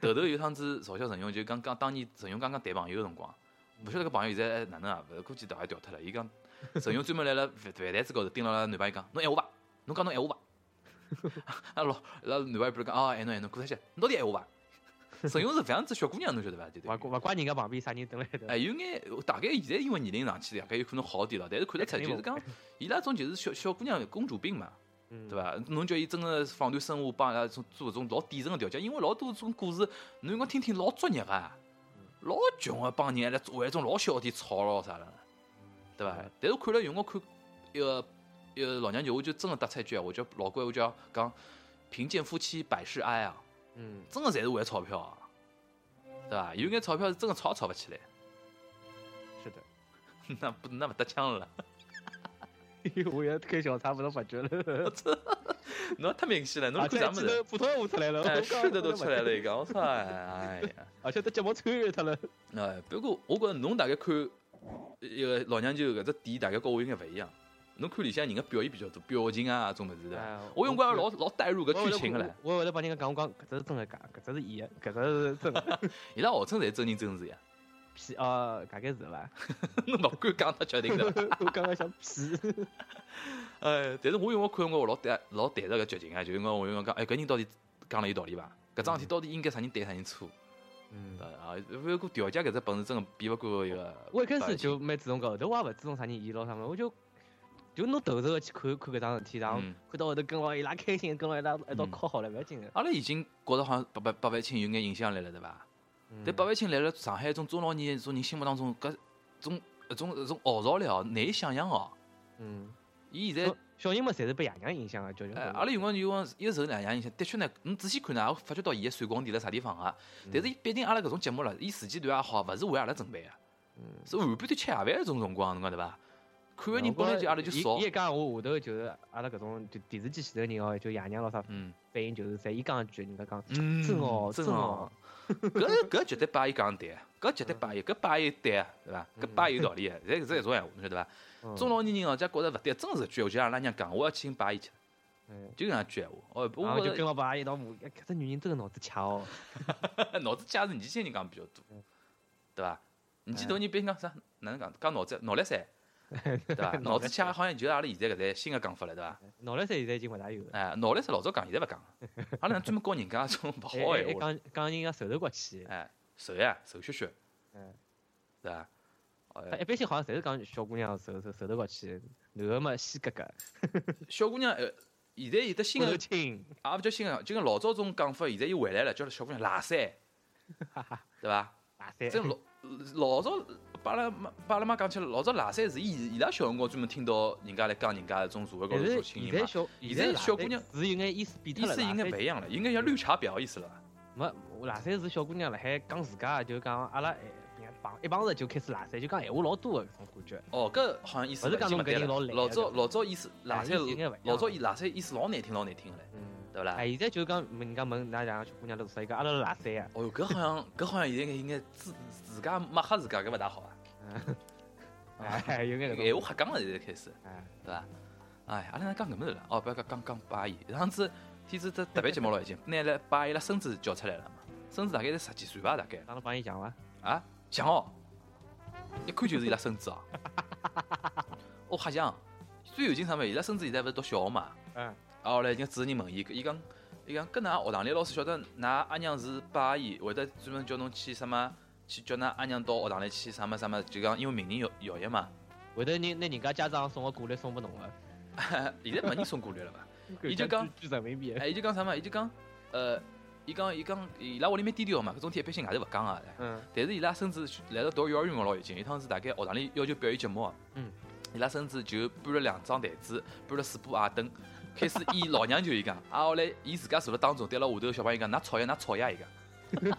Speaker 2: 豆豆有趟子嘲笑陈勇，就讲讲当年陈勇刚刚谈朋友个辰光，勿晓得搿朋友现在哪能啊？勿估计大家调脱了。伊讲陈勇哎专门来了饭饭台子高头盯牢了男朋友讲，侬爱我伐？侬讲侬爱我伐？ (laughs) 啊老，那男朋友不是讲啊爱侬爱侬，过脱歇，侬到底爱我伐？ (laughs) 陈勇是搿样子小姑娘，侬晓得伐？对对
Speaker 3: 勿。怪勿怪人家旁边啥人蹲辣海头
Speaker 2: 哎，，有眼大概现在因为年龄上去，大概有可能好点了，但是看得出
Speaker 3: 哎肯定
Speaker 2: 就是讲伊拉种就是小小姑娘公主病嘛，
Speaker 3: 嗯
Speaker 2: 对伐？侬叫伊真个放段生活帮伊拉做做搿种老底层个调解，因为老多种故事，侬有辰光听听老作孽个，
Speaker 3: 嗯
Speaker 2: 老穷个帮人来做为种老小个事体吵咯啥了，对伐
Speaker 3: 嗯？
Speaker 2: 但是看了有辰光看一个一个老娘舅，我就真个搭出一句闲话，叫老怪我叫讲贫贱夫妻百事哀啊。
Speaker 3: 嗯，
Speaker 2: 真个侪是为钞票啊，对伐？有眼钞票是真个吵也吵勿起来， (laughs)
Speaker 3: 是的。
Speaker 2: 那不那勿搭腔了， (laughs)
Speaker 3: (laughs) 我也开小差，不都发觉了，
Speaker 2: 侬太明显了，侬
Speaker 3: 而
Speaker 2: 看
Speaker 3: 且
Speaker 2: 啥物
Speaker 3: 记
Speaker 2: 事
Speaker 3: 得？普通话出来了，
Speaker 2: 哎，
Speaker 3: 我
Speaker 2: 是的
Speaker 3: 刚
Speaker 2: 都
Speaker 3: 刚
Speaker 2: 出来
Speaker 3: 发觉
Speaker 2: 了一个，我操！哎呀，
Speaker 3: 而且这节目穿越他了。
Speaker 2: 哎，不过我觉着侬大概看一个老娘舅搿只点，大概跟我有眼勿一样。侬看里向人个表现比较多，表情啊，种物事对伐
Speaker 3: 哎？
Speaker 2: 我用光老老带入搿
Speaker 3: 我
Speaker 2: 剧情个
Speaker 3: 我
Speaker 2: 唻，
Speaker 3: 我后来帮人家讲，我讲搿只是真个假，搿只是演的，搿只是真个
Speaker 2: 伊拉号称侪真人真事呀， (laughs)
Speaker 3: 屁啊，大概是伐？
Speaker 2: 侬勿敢讲太确定对伐？
Speaker 3: (laughs) 我刚刚想屁，
Speaker 2: 哎，但是我有辰光看辰光我老带老带着搿剧情啊，就有辰光我有辰光讲，哎，搿人到底讲了有道理伐？搿桩事体到底应该啥人对啥人错？
Speaker 3: 嗯，
Speaker 2: 呃啊，不过调解搿只本事真个比勿过一个。
Speaker 3: 我一开始就蛮注重搿，后头我也勿注重啥人演咯啥物，我就就侬投入个去看看搿桩事体，然后
Speaker 2: 嗯
Speaker 3: 看到后头跟牢伊拉开心，跟牢伊拉一道
Speaker 2: 嗯
Speaker 3: 哭好了，勿要紧个。
Speaker 2: 阿拉已经觉着好像八八八万青有眼影响力了，对伐？但
Speaker 3: 嗯
Speaker 2: 八万青来了上海一种中老年一种人心目当中搿种一种一种傲潮了，难以想象哦。
Speaker 3: 嗯，
Speaker 2: 伊现
Speaker 3: 小
Speaker 2: 在
Speaker 3: 小人嘛，侪是被爷娘影响个，叫人
Speaker 2: 哎，阿拉有辰光有辰光一受两样影响，的确呢，侬仔细看呢，也发觉到伊个闪光点辣啥地方啊。但是伊毕竟阿拉搿种节目了，伊时间段也好，勿是为阿拉准备个，
Speaker 3: 嗯
Speaker 2: 是下半天吃夜饭搿种辰光，侬讲对伐？看个人本来就阿拉就少
Speaker 3: 伊，一讲我下头就是阿拉搿种就电视机前头人哦，就爷娘咯啥
Speaker 2: 嗯
Speaker 3: 反应就是在伊讲一句，人家讲
Speaker 2: 嗯，
Speaker 3: 真哦
Speaker 2: 真
Speaker 3: 真
Speaker 2: 哦
Speaker 3: 哦。
Speaker 2: 搿搿绝对八一讲得对，搿绝对八一，搿八一对啊，对伐？搿八一有道理的，侪是搿种闲话，侬晓得伐？
Speaker 3: 嗯
Speaker 2: 中老年人哦，家觉着勿对，真是一句，我就像阿拉娘讲，我要去跟八一去，
Speaker 3: 嗯
Speaker 2: 就搿样一句闲话。哦，
Speaker 3: 然后
Speaker 2: 我
Speaker 3: 就
Speaker 2: 觉
Speaker 3: 跟我爸一道骂，哎搿只女人真个脑子掐哦。
Speaker 2: 着脑子加是年纪轻人讲比较多，对伐？年纪大人别人讲啥，哪能讲？讲脑子脑力噻，对伐？脑子掐好像就是阿拉现在搿台新个讲法了，对伐？
Speaker 3: 嗯脑力噻，现在已经勿大有了。
Speaker 2: 哎，脑力是老早讲，现在勿讲了。阿拉哪能专门教人家种勿好
Speaker 3: 哎
Speaker 2: 个
Speaker 3: 哎
Speaker 2: 闲话了。
Speaker 3: 讲讲人家受头骨气，
Speaker 2: 哎，瘦呀，瘦削削，
Speaker 3: 嗯，
Speaker 2: 对伐？哎
Speaker 3: 他一般性好像侪是讲小姑娘受受受头骨气，男个嘛细格格，
Speaker 2: 小姑娘呃，现在有得新
Speaker 3: 骨
Speaker 2: 个
Speaker 3: 头轻，
Speaker 2: 也勿叫新个，就跟老早种讲法，现在又回来了，叫小姑娘拉塞，对伐？
Speaker 3: 大三。
Speaker 2: 真老老早把拉妈把拉妈讲起来，老早拉塞是伊伊拉小辰光专门听到人家来讲人家种社会高
Speaker 3: 但
Speaker 2: 头
Speaker 3: 是
Speaker 2: 种亲
Speaker 3: 现
Speaker 2: 人
Speaker 3: 在
Speaker 2: 嘛，
Speaker 3: 小
Speaker 2: 现在
Speaker 3: 大
Speaker 2: 小
Speaker 3: 三
Speaker 2: 姑娘
Speaker 3: 是有眼意思变
Speaker 2: 意
Speaker 3: 脱了。
Speaker 2: 思应该勿
Speaker 3: 没
Speaker 2: 一样了，应该像绿茶婊意思了。
Speaker 3: 没，我大三是小姑娘辣海讲自家，就讲阿拉哎别帮一帮人就开始大三，就讲闲话老多个搿种感觉。
Speaker 2: 哦，搿好像意思
Speaker 3: 勿是讲
Speaker 2: 已经
Speaker 3: 侬
Speaker 2: 勿对
Speaker 3: 搿
Speaker 2: 了
Speaker 3: 人老懒啊
Speaker 2: 老早
Speaker 3: 搿
Speaker 2: 老早意思拉塞
Speaker 3: 意思应该勿一样，
Speaker 2: 老早伊拉塞意思老难听老难听个唻，
Speaker 3: 嗯。
Speaker 2: 对勿啦？
Speaker 3: 哎，现在就讲问人家问哪两个小姑娘辣做啥，伊讲阿拉辣大三啊。
Speaker 2: 哦哟，搿好像搿好像现在应该自自家抹黑自家搿勿大好啊。
Speaker 3: 哎，有眼搿种。
Speaker 2: 闲话瞎讲了，现在开始。
Speaker 3: 哎
Speaker 2: 对伐？哎，阿拉哪能讲搿么子了？哦，不要讲讲讲八姨，上次天子只特别节目了已经，拿了八姨拉孙子叫出来了嘛。孙子大概才十几岁伐？大概
Speaker 3: 让侬帮伊讲伐？
Speaker 2: 啊，像哦，一看就是伊拉孙子哦。 (laughs) 哦，瞎讲，最有劲啥么？伊拉孙子现在勿是读小学嘛？
Speaker 3: 嗯，
Speaker 2: 啊，后来人家主任问伊，伊讲，伊讲，搿㑚学堂里老师晓得㑚阿娘是拜阿姨，会得专门叫侬去什么，去叫㑚阿娘到学堂里去什么什么，就讲因为名人教教育嘛。 (laughs)
Speaker 3: 会得人拿人家家长送个鼓励送拨侬个，
Speaker 2: 现在没人送鼓励了伐？伊就讲
Speaker 3: 句人民币，
Speaker 2: 哎，伊就讲啥嘛？伊就讲，呃，伊讲伊讲伊拉屋里蛮低调嘛，搿种体一般性外头勿讲个。
Speaker 3: 嗯
Speaker 2: 但是伊拉孙子来到读幼儿园个老有劲，一趟子大概学堂里要求表演节目，啊
Speaker 3: 嗯，
Speaker 2: 伊拉孙子就搬了两张台子，搬了四把矮凳， (laughs) 开始伊老娘就伊讲，啊后来伊自家坐辣当中，对牢下头个小朋友讲，㑚吵呀㑚吵呀伊讲，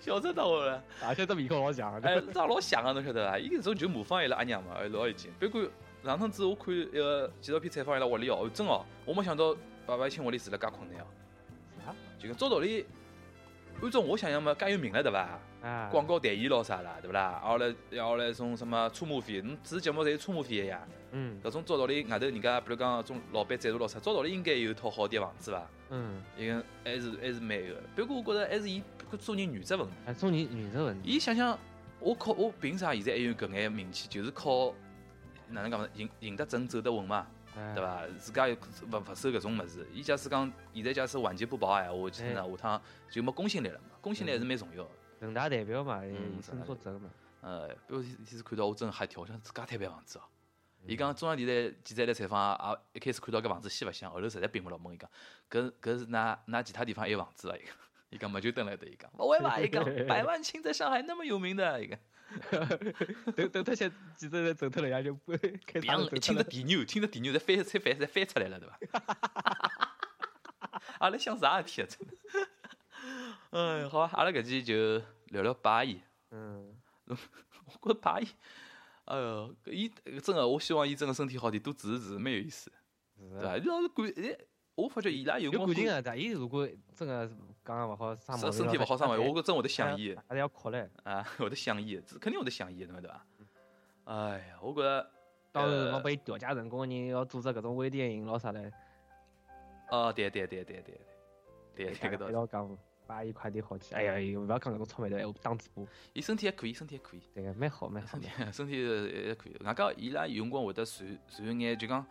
Speaker 2: 笑死到我了，
Speaker 3: 而且这面孔老像的，
Speaker 2: 哎，这老像啊，侬晓得伐？伊搿种就模仿伊拉阿娘嘛，哎老有劲。别管上趟子我看一个纪录片采访伊拉屋里哦，真哦，我没想到爸爸亲屋里住了介困难哦，
Speaker 3: 啥
Speaker 2: 就讲照道理，按照我想象嘛，介有名了对伐？
Speaker 3: 啊，
Speaker 2: 广告代言咯啥啦，对不啦？后来后来种什么车马费，侬主持节目侪有车马费的呀。
Speaker 3: 嗯
Speaker 2: 啊搿种照道理外头人家，比如讲种老板赞助咯啥，照道理应该有一套好点房子伐？
Speaker 3: 嗯，
Speaker 2: 伊个还是还是蛮有的。不过我觉着还是伊搿做人原则问题。
Speaker 3: 哎，中年女的问题，
Speaker 2: 伊想想，我靠，我凭啥现在还有搿眼名气？就是靠哪能讲嘛，赢赢得正，走得稳嘛，
Speaker 3: 哎
Speaker 2: 对？伐？自家又勿勿收搿种物事。伊假使讲现在假使晚节不保的闲话，其实呢下趟就没公信力了嘛。公信力还是蛮重要的。
Speaker 3: 人大代表嘛，哎
Speaker 2: 嗯
Speaker 3: 以身作则嘛，
Speaker 2: 呃，比如天是看到我真吓一跳，我想自家摊办房子哦。
Speaker 3: 嗯
Speaker 2: 伊讲中央电台记者来采访啊，啊一开始看到搿房子先勿想，啊后头实在并勿牢问伊讲，搿搿是㑚㑚其他地方还有房子伐？伊讲， (laughs) 伊讲没就蹲辣对伊讲，勿会伐？伊讲百万青在上海那么有名的，伊讲，
Speaker 3: (laughs) 等等他现记者走脱了，人家就不开始
Speaker 2: 别
Speaker 3: 走
Speaker 2: 一
Speaker 3: 脱
Speaker 2: 听着
Speaker 3: 了，
Speaker 2: 地牛，听着地牛侪翻侪翻侪翻出来了，对伐？ (laughs) 阿拉想啥事体啊？真的， (laughs) 哎，好啊，阿拉搿期就聊聊八亿。
Speaker 3: 嗯，
Speaker 2: 我觉着排伊，哎哟，搿伊搿真个，我希望伊真个身体好点，多支持支持，蛮有意思，
Speaker 3: 是
Speaker 2: 对
Speaker 3: 的。
Speaker 2: 伐？伊老是感，哎，我发觉伊拉有
Speaker 3: 有
Speaker 2: 光
Speaker 3: 感情
Speaker 2: 身
Speaker 3: 啊，但伊如果真个讲个勿好，啥毛病
Speaker 2: 身体勿好啥物事，我觉真会得想伊
Speaker 3: 还是要哭嘞。
Speaker 2: 啊，会得想伊，这肯定会得想伊，侬晓得伐？哎呀，我觉着，
Speaker 3: 到时
Speaker 2: 呃
Speaker 3: 光被调解成功的人要组织搿种微电影咯啥嘞，
Speaker 2: 哦，对对对对对对，对
Speaker 3: 大
Speaker 2: 搿
Speaker 3: 家
Speaker 2: 个道
Speaker 3: 不
Speaker 2: 理。
Speaker 3: 要讲，把伊快点好起。哎呀，哎勿要讲搿种臭美的，哎我当主播，
Speaker 2: 伊身体还可以，身体还可以，
Speaker 3: 对个，蛮好蛮好
Speaker 2: 身。 (laughs) 体身体还可以。外加伊拉有辰光会得传传眼，就讲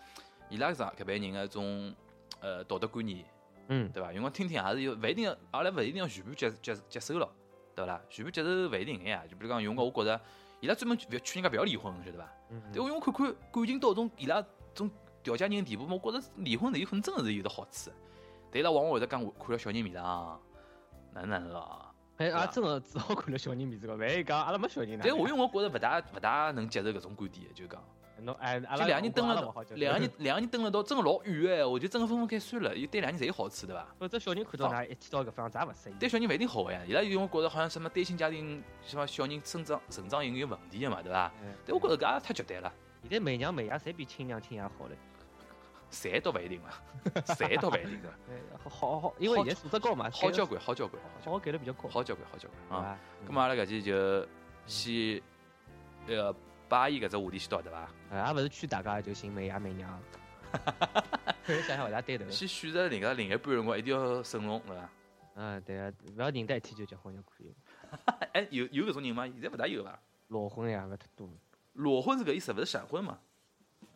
Speaker 2: 伊拉上搿辈人个种呃道德观念。
Speaker 3: 嗯，
Speaker 2: 对伐？因为听听也是有，勿一定要，阿拉勿一定要全部接接接受咯，对伐啦？全部接受勿一定个呀。就比如讲，有辰光我觉着，伊拉专门劝劝人家勿要离婚，侬晓得伐？
Speaker 3: 嗯
Speaker 2: 但我因为我看看感情到种伊拉种调解人的地步，我觉着离婚离婚真个是有得好处的。但伊拉往往会得讲看了小人面上，哪能哪能咯。
Speaker 3: 哎，
Speaker 2: 吧
Speaker 3: 啊，真个只好看了小人面子个，万一讲阿拉没小人呢？
Speaker 2: 但我因为我觉着勿大勿大能接受搿种观点的，就讲。
Speaker 3: 侬哎，阿
Speaker 2: 就
Speaker 3: 拉
Speaker 2: 两个人
Speaker 3: 我
Speaker 2: 蹲
Speaker 3: 阿
Speaker 2: 了
Speaker 3: 拉勿好接
Speaker 2: 到，
Speaker 3: 受
Speaker 2: 两个
Speaker 3: (laughs)
Speaker 2: 人，两个人蹲了到，真个老远个闲话，就真个分分开算了，有对两个人侪有好处，对伐？
Speaker 3: 或者小人看到㑚一天到搿方啥勿适
Speaker 2: 对
Speaker 3: 宜。
Speaker 2: 小人勿一定好个呀，伊拉有辰光觉着好像什么单亲家庭，什么小人生长成长有有问题个嘛，对伐？
Speaker 3: 嗯
Speaker 2: 但我觉着搿也太绝对了，
Speaker 3: 现在媚娘媚爷侪比亲娘亲爷好嘞，
Speaker 2: 侪倒勿一定 (laughs) 嘛，侪倒勿一定
Speaker 3: (laughs)
Speaker 2: 的，
Speaker 3: 哎好好好，因为现在素质高嘛，
Speaker 2: 好
Speaker 3: 给
Speaker 2: 交
Speaker 3: 了
Speaker 2: 关，好交关，
Speaker 3: 好给了比较高，
Speaker 2: 好交关，好交关啊！
Speaker 3: 啊。
Speaker 2: 咁嘛，阿拉搿期就先那个八一搿只话题先到对伐？
Speaker 3: 哎，也勿是劝大家就寻媚爷媚 (laughs) 娘，想想勿大对头。
Speaker 2: 先选择另外另一半辰光一定要慎重对伐？
Speaker 3: 嗯，对啊，勿要认得一天就结婚就可以了。
Speaker 2: 哎哎，有有搿种人吗？现在勿大有伐？
Speaker 3: 裸婚呀，勿太多，
Speaker 2: 裸婚是搿意思，勿是闪婚嘛？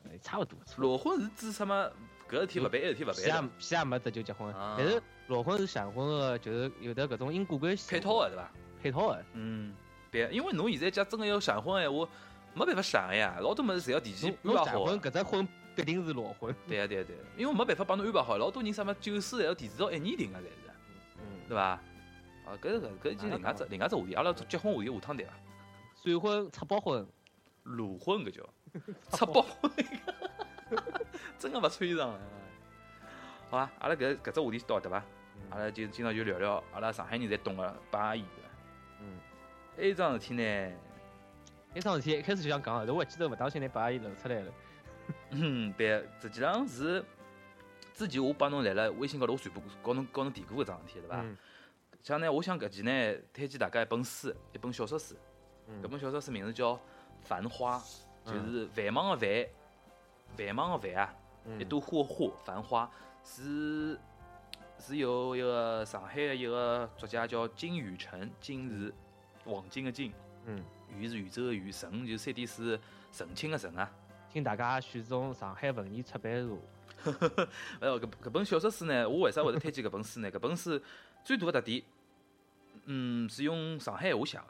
Speaker 3: 哎差勿多。
Speaker 2: 裸婚是指什么？搿事体勿办，埃事体勿
Speaker 3: 屁也
Speaker 2: 办的，
Speaker 3: 屁也没得就结婚，
Speaker 2: 啊
Speaker 3: 但是裸婚是闪婚个，就是有的搿种因果关系
Speaker 2: 配套个对伐？
Speaker 3: 配套个。
Speaker 2: 嗯，对，因为侬现在假真个要闪婚闲话，没办法闪个呀，老多物事侪要提前
Speaker 3: 侬
Speaker 2: 安
Speaker 3: 侬
Speaker 2: 排
Speaker 3: 闪
Speaker 2: 好
Speaker 3: 婚
Speaker 2: 的。
Speaker 3: 搿只婚必定是裸婚。
Speaker 2: 对呀、啊对呀、对呀、因为没办法帮侬安排好，老多人啥么酒水侪要提前到一哎年定个，侪是，
Speaker 3: 嗯，
Speaker 2: 对伐？啊，搿是搿搿就另外只另外只话题，阿拉结婚话题下趟谈
Speaker 3: (laughs)
Speaker 2: 伐？
Speaker 3: 闪婚、插包婚，
Speaker 2: 裸婚搿叫，赤包婚， (laughs) 真个勿穿衣裳了。好啊，阿拉搿搿只话题到对伐？阿拉就今朝就聊聊阿拉上海人侪懂个八姨。
Speaker 3: 嗯，
Speaker 2: 还有一桩事体呢，
Speaker 3: 那桩事体一开始就想讲，后头我记得勿当心拿把伊漏出来了。
Speaker 2: 嗯，对，实际上是之前我帮侬来了微信高头，我传播告侬告侬提过搿桩事体，对伐？
Speaker 3: 嗯
Speaker 2: 像呢，我想搿期呢推荐大家一本书，一本小说书。搿
Speaker 3: 嗯
Speaker 2: 本小说书名字叫《繁花》，就是繁忙的繁，繁忙的繁啊，
Speaker 3: 嗯
Speaker 2: 一朵花花繁花是是由一个上海的一个作家叫金宇澄，金是黄金的金，
Speaker 3: 嗯
Speaker 2: 宇是宇宙的宇，澄就是三点水澄清个澄啊。
Speaker 3: 请大家选中上海文艺出版社。
Speaker 2: 哎呦，搿搿本小说书呢，我为啥会得推荐搿本书呢？搿本书最大的特点，嗯，是用上海话写的。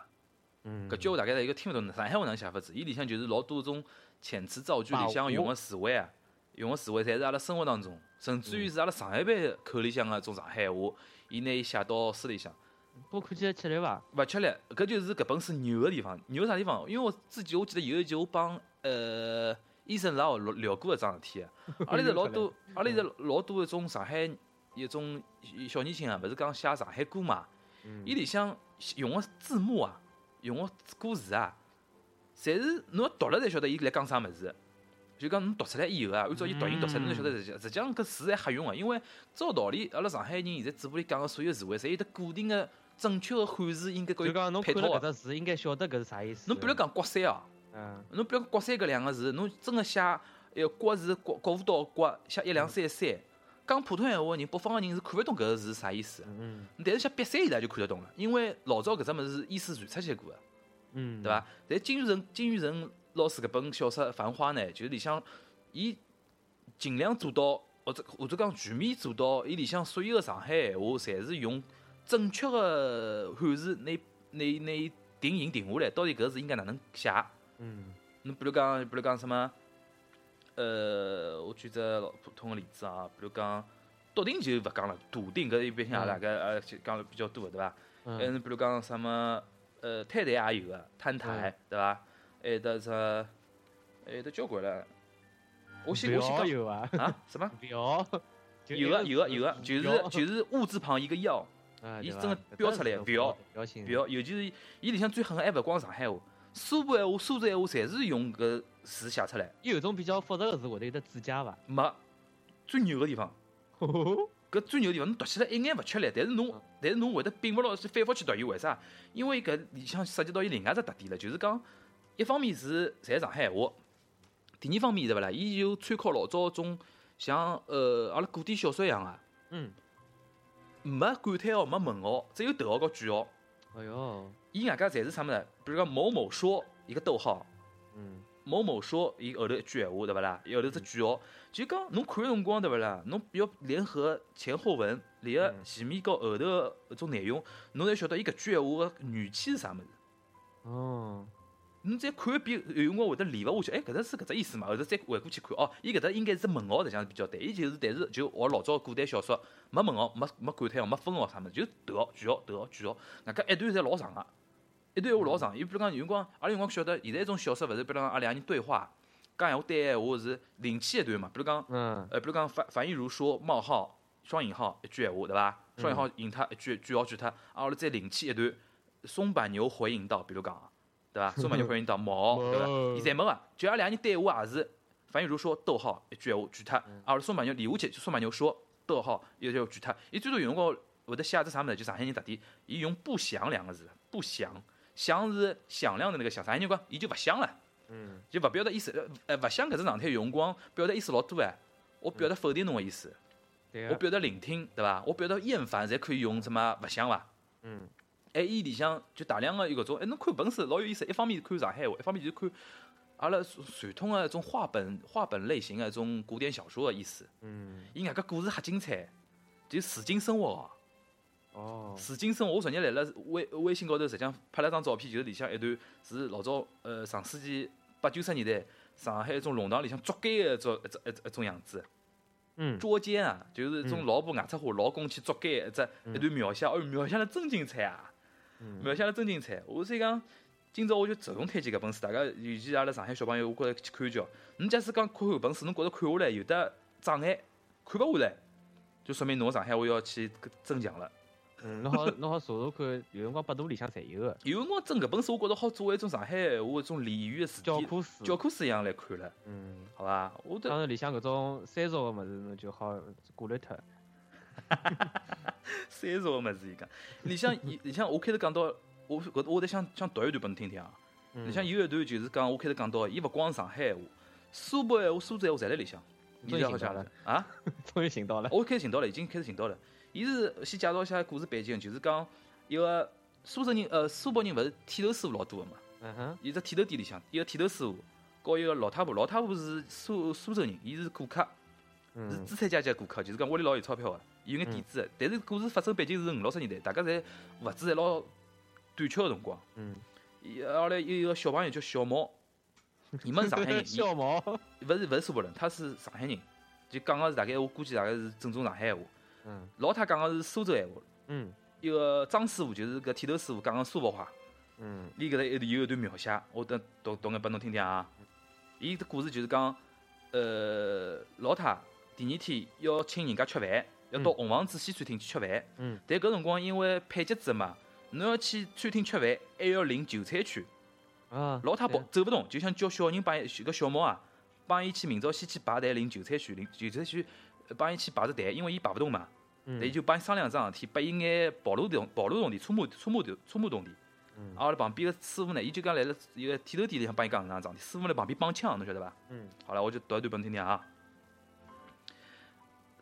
Speaker 3: 嗯
Speaker 2: 搿句话大概一个听勿懂的上海话哪能写法子？伊里向就是老多种遣词造句
Speaker 3: 把
Speaker 2: 里向
Speaker 3: 握
Speaker 2: 用个词汇啊，用个词汇侪是阿拉生活当中，甚至于是阿拉上海班口里向个种上海话，伊拿伊写到书里向。
Speaker 3: 我看起来吃力伐？
Speaker 2: 勿吃力，搿就是搿本书牛个地方。牛啥地方？因为我之前我记得有一集我帮呃医生老聊聊过搿桩事体，啊阿拉是老多，阿拉是老多一种上海一种小年轻啊，勿是讲写上海歌嘛？伊里向用个字幕啊，用个歌词啊，侪是侬读了才晓得伊辣讲啥物事。就讲侬读出来以后啊，按照伊读音读出来，侬就晓得实际实际上搿词侪瞎用啊个，因为照道理，阿拉上海人现在嘴巴里讲个所有词汇，侪有得固定个正确个汉字应该
Speaker 3: 就
Speaker 2: 跟
Speaker 3: 讲侬
Speaker 2: 配
Speaker 3: 看了
Speaker 2: 套啊
Speaker 3: 搿
Speaker 2: 个。
Speaker 3: 只字，应该晓得搿是啥意思。
Speaker 2: 侬比如，讲国三哦，
Speaker 3: 嗯，
Speaker 2: 侬比如讲国三搿两个字，侬真个写呃国是国国务刀国，写一两三三，讲普通闲话个人，北方个人是看勿懂搿个字是啥意思。
Speaker 3: 嗯
Speaker 2: 但是像瘪三伊拉就看得懂了，因为老早搿只物事是医师传出去过个。
Speaker 3: 嗯，
Speaker 2: 对伐？？但金宇澄金宇澄老师搿本小说《繁花》呢，就是里向伊尽量做到，或者或者讲全面做到，伊里向所有个上海闲话，侪是用正确个汉字拿拿拿定型定下来，到底搿字应该哪能写？
Speaker 3: 嗯
Speaker 2: 侬比如讲，比如讲什么？呃，我举只老普通个例子啊，比如讲笃定就勿讲了，笃定搿一般性也大概呃就讲了比较多，对伐？
Speaker 3: 嗯，
Speaker 2: 嗯，比如讲什么，呃，摊台也有个，摊台对伐？还有得是，还有得交关了。我先我先
Speaker 3: 表
Speaker 2: 讲
Speaker 3: 有 (laughs) 伐？
Speaker 2: 啊，什么？
Speaker 3: (laughs) 表
Speaker 2: 有个有个啊有个，就是就是物字旁一个要，
Speaker 3: 啊，
Speaker 2: 伊
Speaker 3: 对
Speaker 2: 真的
Speaker 3: 伐
Speaker 2: 标出来
Speaker 3: 搿
Speaker 2: 表
Speaker 3: 表情
Speaker 2: 比，较尤其是伊里向最狠个还勿光上海话，苏北话、苏州闲话，侪是用搿字写出来，
Speaker 3: 有一种比较复杂个字，会得有得指甲伐？
Speaker 2: 没最牛个地方。
Speaker 3: (laughs)
Speaker 2: 搿最牛的地方，侬读起来一眼勿吃力，但是侬
Speaker 3: 嗯，
Speaker 2: 但是侬会得摒勿牢去反复去读伊，为啥？因为搿里向涉及到伊另外一只特点了，就是讲，一方面是侪上海闲话，第二方面是勿啦，伊就参考老早种像呃阿拉古典小说一样啊，
Speaker 3: 嗯，
Speaker 2: 没感叹号，没问号，只有逗号和句号，
Speaker 3: 哎哟，
Speaker 2: 伊外加侪是啥物事？比如讲某某说一个逗号，
Speaker 3: 嗯
Speaker 2: 某某说伊后头一句闲话对勿啦？伊后头只句号，就讲侬看个辰光对勿啦？侬要联合前后文，联合
Speaker 3: 嗯
Speaker 2: 前面和后头个搿种内容，侬才晓得伊搿句闲话个语气是啥物事。
Speaker 3: 哦，
Speaker 2: 侬再看一遍，有辰光会得理勿下去。哎，搿只是搿只意思嘛？后头再回过去看，哦，伊搿只应该是问号，实际上是比较对。伊就是，但是就学老早古代小说，没问号，没没感叹号，没分号啥物事，就是逗号、句号、逗号、句号。外加一段侪老长个，一段闲话老长。伊比如讲有辰光，阿拉有辰光晓得，现在一种小说勿是，比如讲阿拉两人对话，讲闲话对闲话是零起一段嘛。比如讲，
Speaker 3: 嗯
Speaker 2: 呃，比如讲樊樊亦如说冒号双引号一句闲话，对伐？双引号引他一句句号句他，啊，阿拉再另起一段松柏牛回应到，比如讲啊，对伐？松柏牛回应到毛，对伐？
Speaker 3: 哦
Speaker 2: 伊侪没个，就阿拉两个人对话也是樊亦如说逗号一句闲话句他，啊，阿拉松柏牛理下去，松柏牛说逗号一句闲话句他，伊最多有辰光会得写只啥物事，就上海人特点，伊用不详两个字，不详，详是响亮的那个响，上海人讲伊就勿响了。
Speaker 3: 嗯
Speaker 2: 就勿表达意思，呃，勿想搿只状态有辰光表达意思老多哎。我表达否定侬个意思，
Speaker 3: 对啊
Speaker 2: 我
Speaker 3: 个，
Speaker 2: 表达聆听，对伐？我表达厌烦，侪可以用什么勿想伐？
Speaker 3: 嗯
Speaker 2: 哎，伊里向就大量个有搿种，哎，侬看本书老有意思，一方面是看上海话，一方面就是看阿拉传传统个一种话本话本类型个一种古典小说个意思。
Speaker 3: 嗯
Speaker 2: 伊外加故事瞎精彩，就市井生活哦。
Speaker 3: 哦，
Speaker 2: 史金生，我昨日来了微微信高头，实际上拍了张照片，就是里向一段是老早呃上世纪八九十年代上海一种弄堂里向捉奸啊的一种一种一种一种样子，
Speaker 3: 嗯
Speaker 2: 捉奸啊，就是一种
Speaker 3: 嗯
Speaker 2: 老婆外出花，老公去捉奸，一只
Speaker 3: 嗯
Speaker 2: 一段描写，哦，描写了真精彩啊，
Speaker 3: 嗯
Speaker 2: 描写了真精彩。我所以讲，今朝我就着重推荐搿本书，大家尤其是阿拉上海小朋友，我觉着去看一瞧。侬假使讲看搿本书，侬觉着看下来有得障碍，看勿下来，就说明侬的上海话要去增强了。
Speaker 3: 嗯，
Speaker 2: (laughs)
Speaker 3: 侬好侬好查查看，有辰光百度里向侪有个
Speaker 2: 有辰光真搿本书，我觉着好作为一种上海闲话一种俚语的词
Speaker 3: 教
Speaker 2: 典、
Speaker 3: 科书，
Speaker 2: 教科书一样来看了，
Speaker 3: 嗯。
Speaker 2: 好伐？我
Speaker 3: 当
Speaker 2: 得
Speaker 3: 然，里向搿种三俗个物事，侬就好过滤脱。
Speaker 2: 三十个物事伊讲，里 (laughs) 向伊里向我开头讲到，我搿我得想想读一段拨侬听听啊。
Speaker 3: 嗯
Speaker 2: 里向有一段就是讲，我开头讲到，伊勿光是上海闲话，苏北闲话、苏州闲话侪辣里向。你
Speaker 3: 终于
Speaker 2: 好
Speaker 3: 寻到
Speaker 2: 像
Speaker 3: 了
Speaker 2: 是啊？
Speaker 3: 终于寻到了。
Speaker 2: 我开始寻到了，已经开始寻到了。伊是先介绍一下故事背景，就是讲一个苏州人，呃，苏北人勿是剃头师傅老多个嘛？
Speaker 3: 嗯哼，
Speaker 2: 伊只剃头店里向，伊个剃头师傅，告一个老太婆，老太婆是苏苏州人，伊是顾客，是
Speaker 3: 嗯
Speaker 2: 资产阶级顾客，就是讲屋里老有钞票个，有眼底子个。但是故事发生背景是五六十年代，大家侪物资侪老短缺个辰光。
Speaker 3: 嗯，
Speaker 2: 伊后来有一个小朋友叫小毛，伊没是上海
Speaker 3: (laughs)
Speaker 2: 人，伊
Speaker 3: 小毛，
Speaker 2: 勿是勿是苏北人，他是上海人，就讲个是大概我估计大概是正宗上海闲话。
Speaker 3: 嗯
Speaker 2: 老太讲个是苏州闲话，
Speaker 3: 嗯
Speaker 2: 一个张师傅就是搿剃头师傅讲个苏北话。
Speaker 3: 嗯
Speaker 2: 伊搿搭有有一段描写，我等读读眼拨侬听听啊。伊的故事就是讲，呃，老太第二天要请人家吃饭，要到
Speaker 3: 嗯
Speaker 2: 红房子西餐厅去吃饭。
Speaker 3: 嗯。
Speaker 2: 但搿辰光因为配节子嘛，侬要去餐厅吃饭，还要领就餐券。
Speaker 3: 啊，
Speaker 2: 老太
Speaker 3: 对
Speaker 2: 跑走勿动，就想叫小人帮伊搿小猫啊，帮伊去明朝先去排队领就餐券，领就餐券呃帮伊去排着队，因为伊排勿动嘛。
Speaker 3: 嗯
Speaker 2: 但伊就帮伊商量桩事体，拨伊眼跑路动跑路动地车马车马动车马动地。
Speaker 3: 嗯
Speaker 2: 啊，阿拉旁边个师傅呢，伊就讲来了一个剃头店里向帮伊讲搿能样桩事体，师傅辣旁边帮腔，侬晓得伐？
Speaker 3: 嗯
Speaker 2: 好了，我就读一段拨侬听听啊。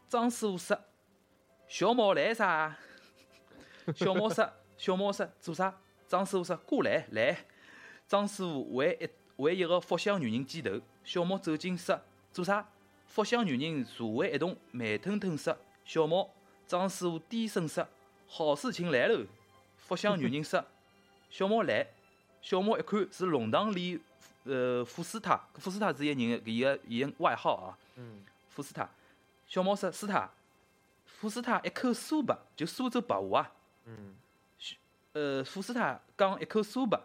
Speaker 2: 张师傅说：“小毛来啥？”小毛说：“小毛说做啥？”张师傅说：“过来来。”张师傅为一为一个福相女人剪头，小毛走近说：“做啥？”福相女人坐为一动，慢吞吞说：“小毛。”张师傅低声说：“好事情来喽。”福相女人说：“小毛来。”小毛一看是弄堂里呃富斯塔，富斯塔是一个人的伊个伊个外号啊，
Speaker 3: 嗯
Speaker 2: 富斯塔。小毛说：“斯塔，富斯塔一口苏白，就苏州白话啊。
Speaker 3: 嗯
Speaker 2: 呃，富斯塔讲一口苏白。”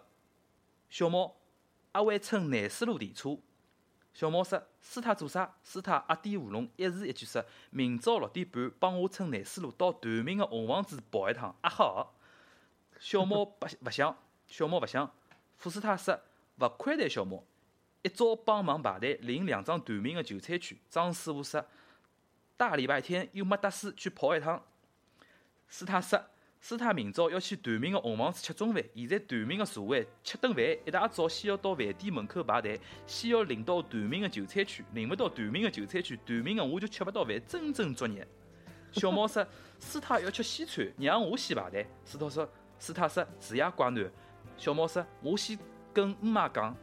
Speaker 2: 小毛阿伟乘南四路电车。小毛说：“斯塔做啥？”斯塔阿点喉咙，一字一句说：“明朝六点半，帮我乘南四路到团明个红房子跑一趟。”啊好。小毛不勿想，小毛勿想。富士塔说：“勿亏待小毛，一早帮忙排队领两张团名的就餐券。”张师傅说：“大礼拜天又没得事去跑一趟。”斯塔说：“斯塔明朝要去团名的红房子吃中饭，现在团名的座位吃顿饭，一大早先要到饭店门口排队，先要领到团名的就餐券，领勿到团名的就餐券，团名的我就吃勿到饭，真真作孽。”小猫说：“ (laughs) 斯塔要吃西餐，让我先排队。”斯塔说：“斯塔说，自也怪难。”小猫说：“我先跟姆妈讲。”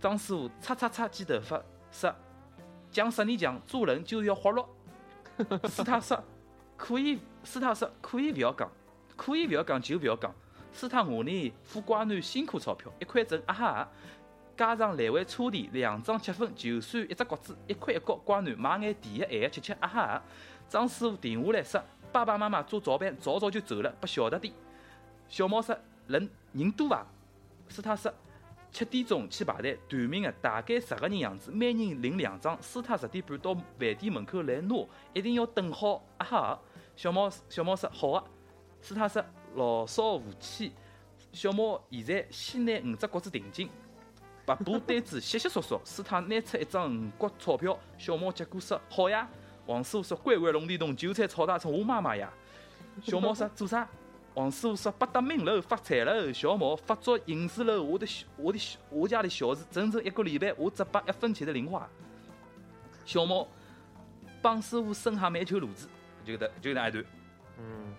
Speaker 2: 张师傅擦擦擦剪头发，说：“讲啥你讲，做人就是要活络。”斯塔说：“可以。”斯塔说：“可以不要讲，可以不要讲就不要讲。”斯塔我呢，付瓜男辛苦钞票，一块整啊哈，加上来回车钿两张七分，就算一只角子一块一角，瓜男买眼甜的咸的吃吃啊哈。张师傅停下来说：“爸爸妈妈做早饭，早早就走了，不晓得的。”小猫说：“人人多伐？”斯塔说：“七点钟去排队，团名的大概十个人样子，每人领两张。斯塔十点半到饭店门口来拿，一定要等好啊哈！”小猫小猫说：“好啊。”斯塔说：“老少无欺。”小猫现在先拿五只角子定金，白布单子洗洗索索。斯塔拿出一张五角钞票，小猫接过说：“好呀。”王师傅说：“乖乖，龙地洞，韭菜炒大葱，我妈妈呀。”小猫说：“做啥？”王师傅说：“八达命楼发财了，小毛发作银子楼，我的小我的小我家的小事，整整一个礼拜，我只拨一分钱的零花。”小毛帮师傅伸下煤球炉子，就搿搭就搿能一段。
Speaker 3: 嗯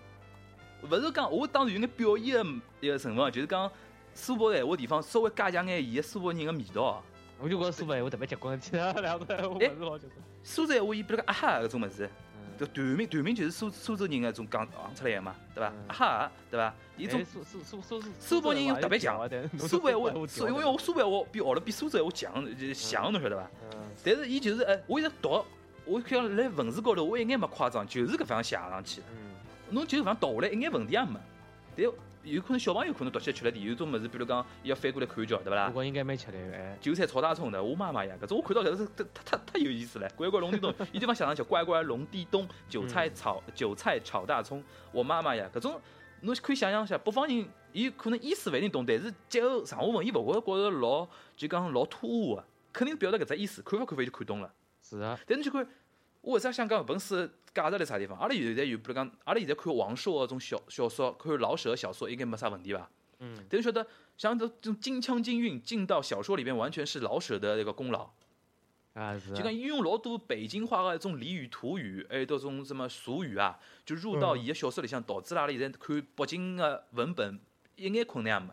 Speaker 2: 勿是讲，我当然有眼表演的一个成分啊，就是讲苏北闲话地方稍微加强眼伊个苏北人个味道啊。
Speaker 3: 我就觉得苏北我特别结棍，其他两个我不是老结棍。
Speaker 2: 苏州闲话伊比如讲啊哈搿种物事，
Speaker 3: 嗯
Speaker 2: 搿团名团名哎就是苏苏州人个种讲讲出来个嘛，对伐？
Speaker 3: 嗯
Speaker 2: 啊哈，对伐？伊种
Speaker 3: 哎苏苏苏苏苏
Speaker 2: 苏北人又特别
Speaker 3: 强
Speaker 2: 强，
Speaker 3: 但是
Speaker 2: 苏北话，
Speaker 3: 苏
Speaker 2: 苏因为我苏北话比学了比苏州话强，就是强侬晓得伐？
Speaker 3: 嗯
Speaker 2: 但是伊就是哎，我一直读，我看辣文字高头我一眼没夸张，就是搿方写上去的，
Speaker 3: 嗯
Speaker 2: 侬就搿方读下来一眼问题也没。但有可能小朋友可能读起来吃力点，有种物事比如讲伊要翻过来看一瞧，对勿啦
Speaker 3: 不？过应该蛮吃力的，哎，
Speaker 2: 韭菜炒大葱的，我妈妈呀，搿种我看到搿是太太太有意思了。乖乖龙地洞，伊地方想上去，乖乖龙地洞，韭菜炒韭菜炒大葱，我妈妈呀，搿种侬可以想象一下，北方人伊可能意思勿一定懂，但是结合上下文，伊勿会觉着老就讲老突兀个，肯定表达搿只意思，看勿看勿就看懂了。
Speaker 3: 是啊，
Speaker 2: 但侬去看，我为啥想讲搿本书的价值辣啥地方？阿拉现在有，比如讲，阿拉现在看王朔个种小小说，看老舍个小说，应该没啥问题吧？
Speaker 3: 嗯
Speaker 2: 但是晓得，像这种金腔金韵进到小说里面，完全是老舍的一个功劳。
Speaker 3: 啊是啊，
Speaker 2: 就讲伊用老多北京话个一种俚语、土语，还有到种什么俗语啊，就呃入到伊个小说里向，导致了阿拉现在看北京个文本一眼困难也没。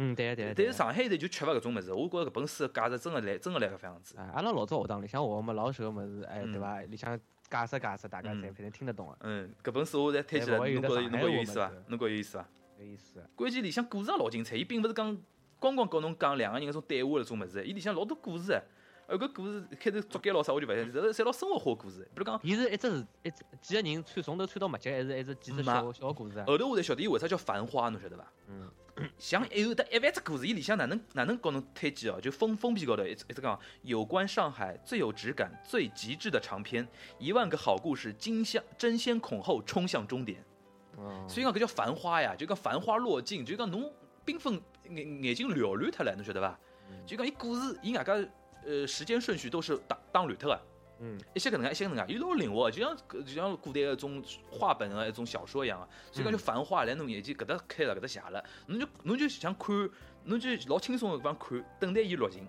Speaker 3: 嗯，对啊对啊。
Speaker 2: 但
Speaker 3: 对
Speaker 2: 是
Speaker 3: 啊
Speaker 2: 上海队就缺乏搿种物事，我觉着搿本书的价值真个来真个来搿副样子。
Speaker 3: 啊，阿拉老早学堂里向学么老熟个物事，哎，对
Speaker 2: 嗯
Speaker 3: 伐？里向解释解释，大家
Speaker 2: 嗯
Speaker 3: 侪反正听得懂个，
Speaker 2: 嗯，搿本书我侪推荐了，
Speaker 3: 哎勿会有
Speaker 2: 侬觉着
Speaker 3: 得
Speaker 2: 侬觉着有
Speaker 3: 上海话
Speaker 2: 意
Speaker 3: 嘛
Speaker 2: 思伐啊
Speaker 3: 是？
Speaker 2: 侬觉着有意思伐？
Speaker 3: 有意思。
Speaker 2: 关键里向故事也老精彩，伊并勿是讲光光跟侬讲两个人搿种对话搿种物事，伊里向老多故事的。啊而搿故事开头竹竿咾啥我就勿晓得，侪侪老生活化的故事。比如讲
Speaker 3: 伊是一只是一只几个人穿从头穿到末脚，还是还是几只
Speaker 2: 嗯
Speaker 3: 小小故事啊？
Speaker 2: 后头我才晓得伊为啥叫繁花，侬晓得伐？
Speaker 3: 嗯，
Speaker 2: 像还有得一万只故事，伊里向哪能哪能告侬推荐哦？就封封皮高头一直一直讲有关上海最有质感、最极致的长篇，一万个好故事争相争先恐后冲向终点。
Speaker 3: 哦
Speaker 2: 所以讲搿叫繁花呀，就讲繁花落尽，就讲侬缤纷眼眼睛缭乱脱了，侬晓得伐？
Speaker 3: 嗯
Speaker 2: 就讲伊故事伊外加呃时间顺序都是打打乱脱个。
Speaker 3: 嗯
Speaker 2: 一些搿能介，一些搿能介，伊老灵活，就像就像古代的一种画本啊，一种小说一样啊。所以
Speaker 3: 嗯
Speaker 2: 讲就繁花，来侬眼睛搿搭开了，搿搭斜了，侬就侬就想看，侬就老轻松个地方看，等待伊落情，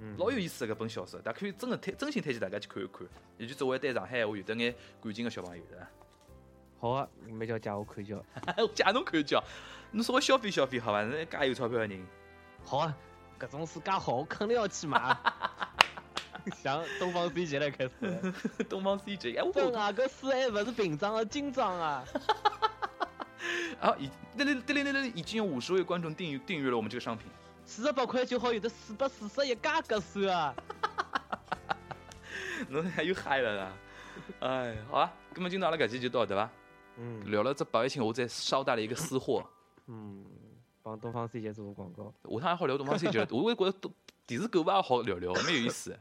Speaker 3: 嗯，
Speaker 2: 老有意思的搿本小说，大家可以真个推真心推荐大家去看一看。也就作为对上海话有得眼感情个小朋友的，
Speaker 3: 好啊，没叫家我看叫。
Speaker 2: 我借侬看一叫，侬稍微消费消费好伐？侬介有钞票个人，
Speaker 3: 好啊，搿种书介好，我肯定要去买。啊
Speaker 2: (laughs)
Speaker 3: 像东方 C 节来开始，
Speaker 2: 东方 CJ，哎我
Speaker 3: 真啊，搿书还勿是平装啊，精装啊。
Speaker 2: 啊已那那那那那已经有五十位观众订阅订阅了我们这个商品。
Speaker 3: 四十八块就好，有的四百四十一加格算啊！
Speaker 2: 侬 (laughs) 还又嗨了啦！哎，好啊，那么今朝阿拉搿期就到这伐？
Speaker 3: 嗯
Speaker 2: 聊了这八月庆，我再捎带了一个私货，
Speaker 3: 嗯，帮东方 C 节做个广告。
Speaker 2: 下趟还好聊东方星球， (laughs) 我也觉得电视购物也好聊聊，蛮有意思。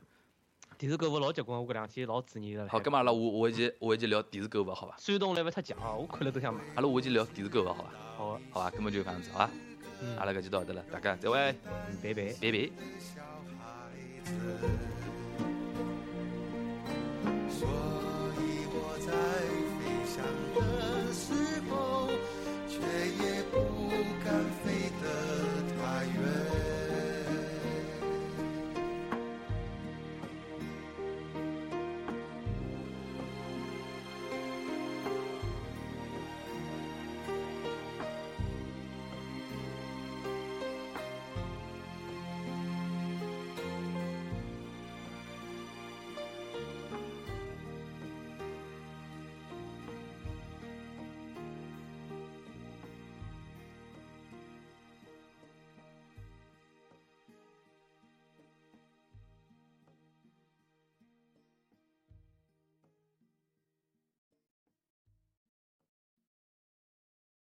Speaker 3: 电视购物老结棍，我搿两天老注意了。
Speaker 2: 好，搿么阿拉下下一期下一期聊电视购物好伐？
Speaker 3: 山东来勿太强，我看了都想买。
Speaker 2: 阿拉下一期聊电视购物好伐？
Speaker 3: 好啊，
Speaker 2: 好伐？搿么就搿样子好伐？
Speaker 3: 嗯
Speaker 2: 阿拉搿期到这了，大家再会，
Speaker 3: 嗯，拜拜。
Speaker 2: 拜拜。
Speaker 1: 小孩子。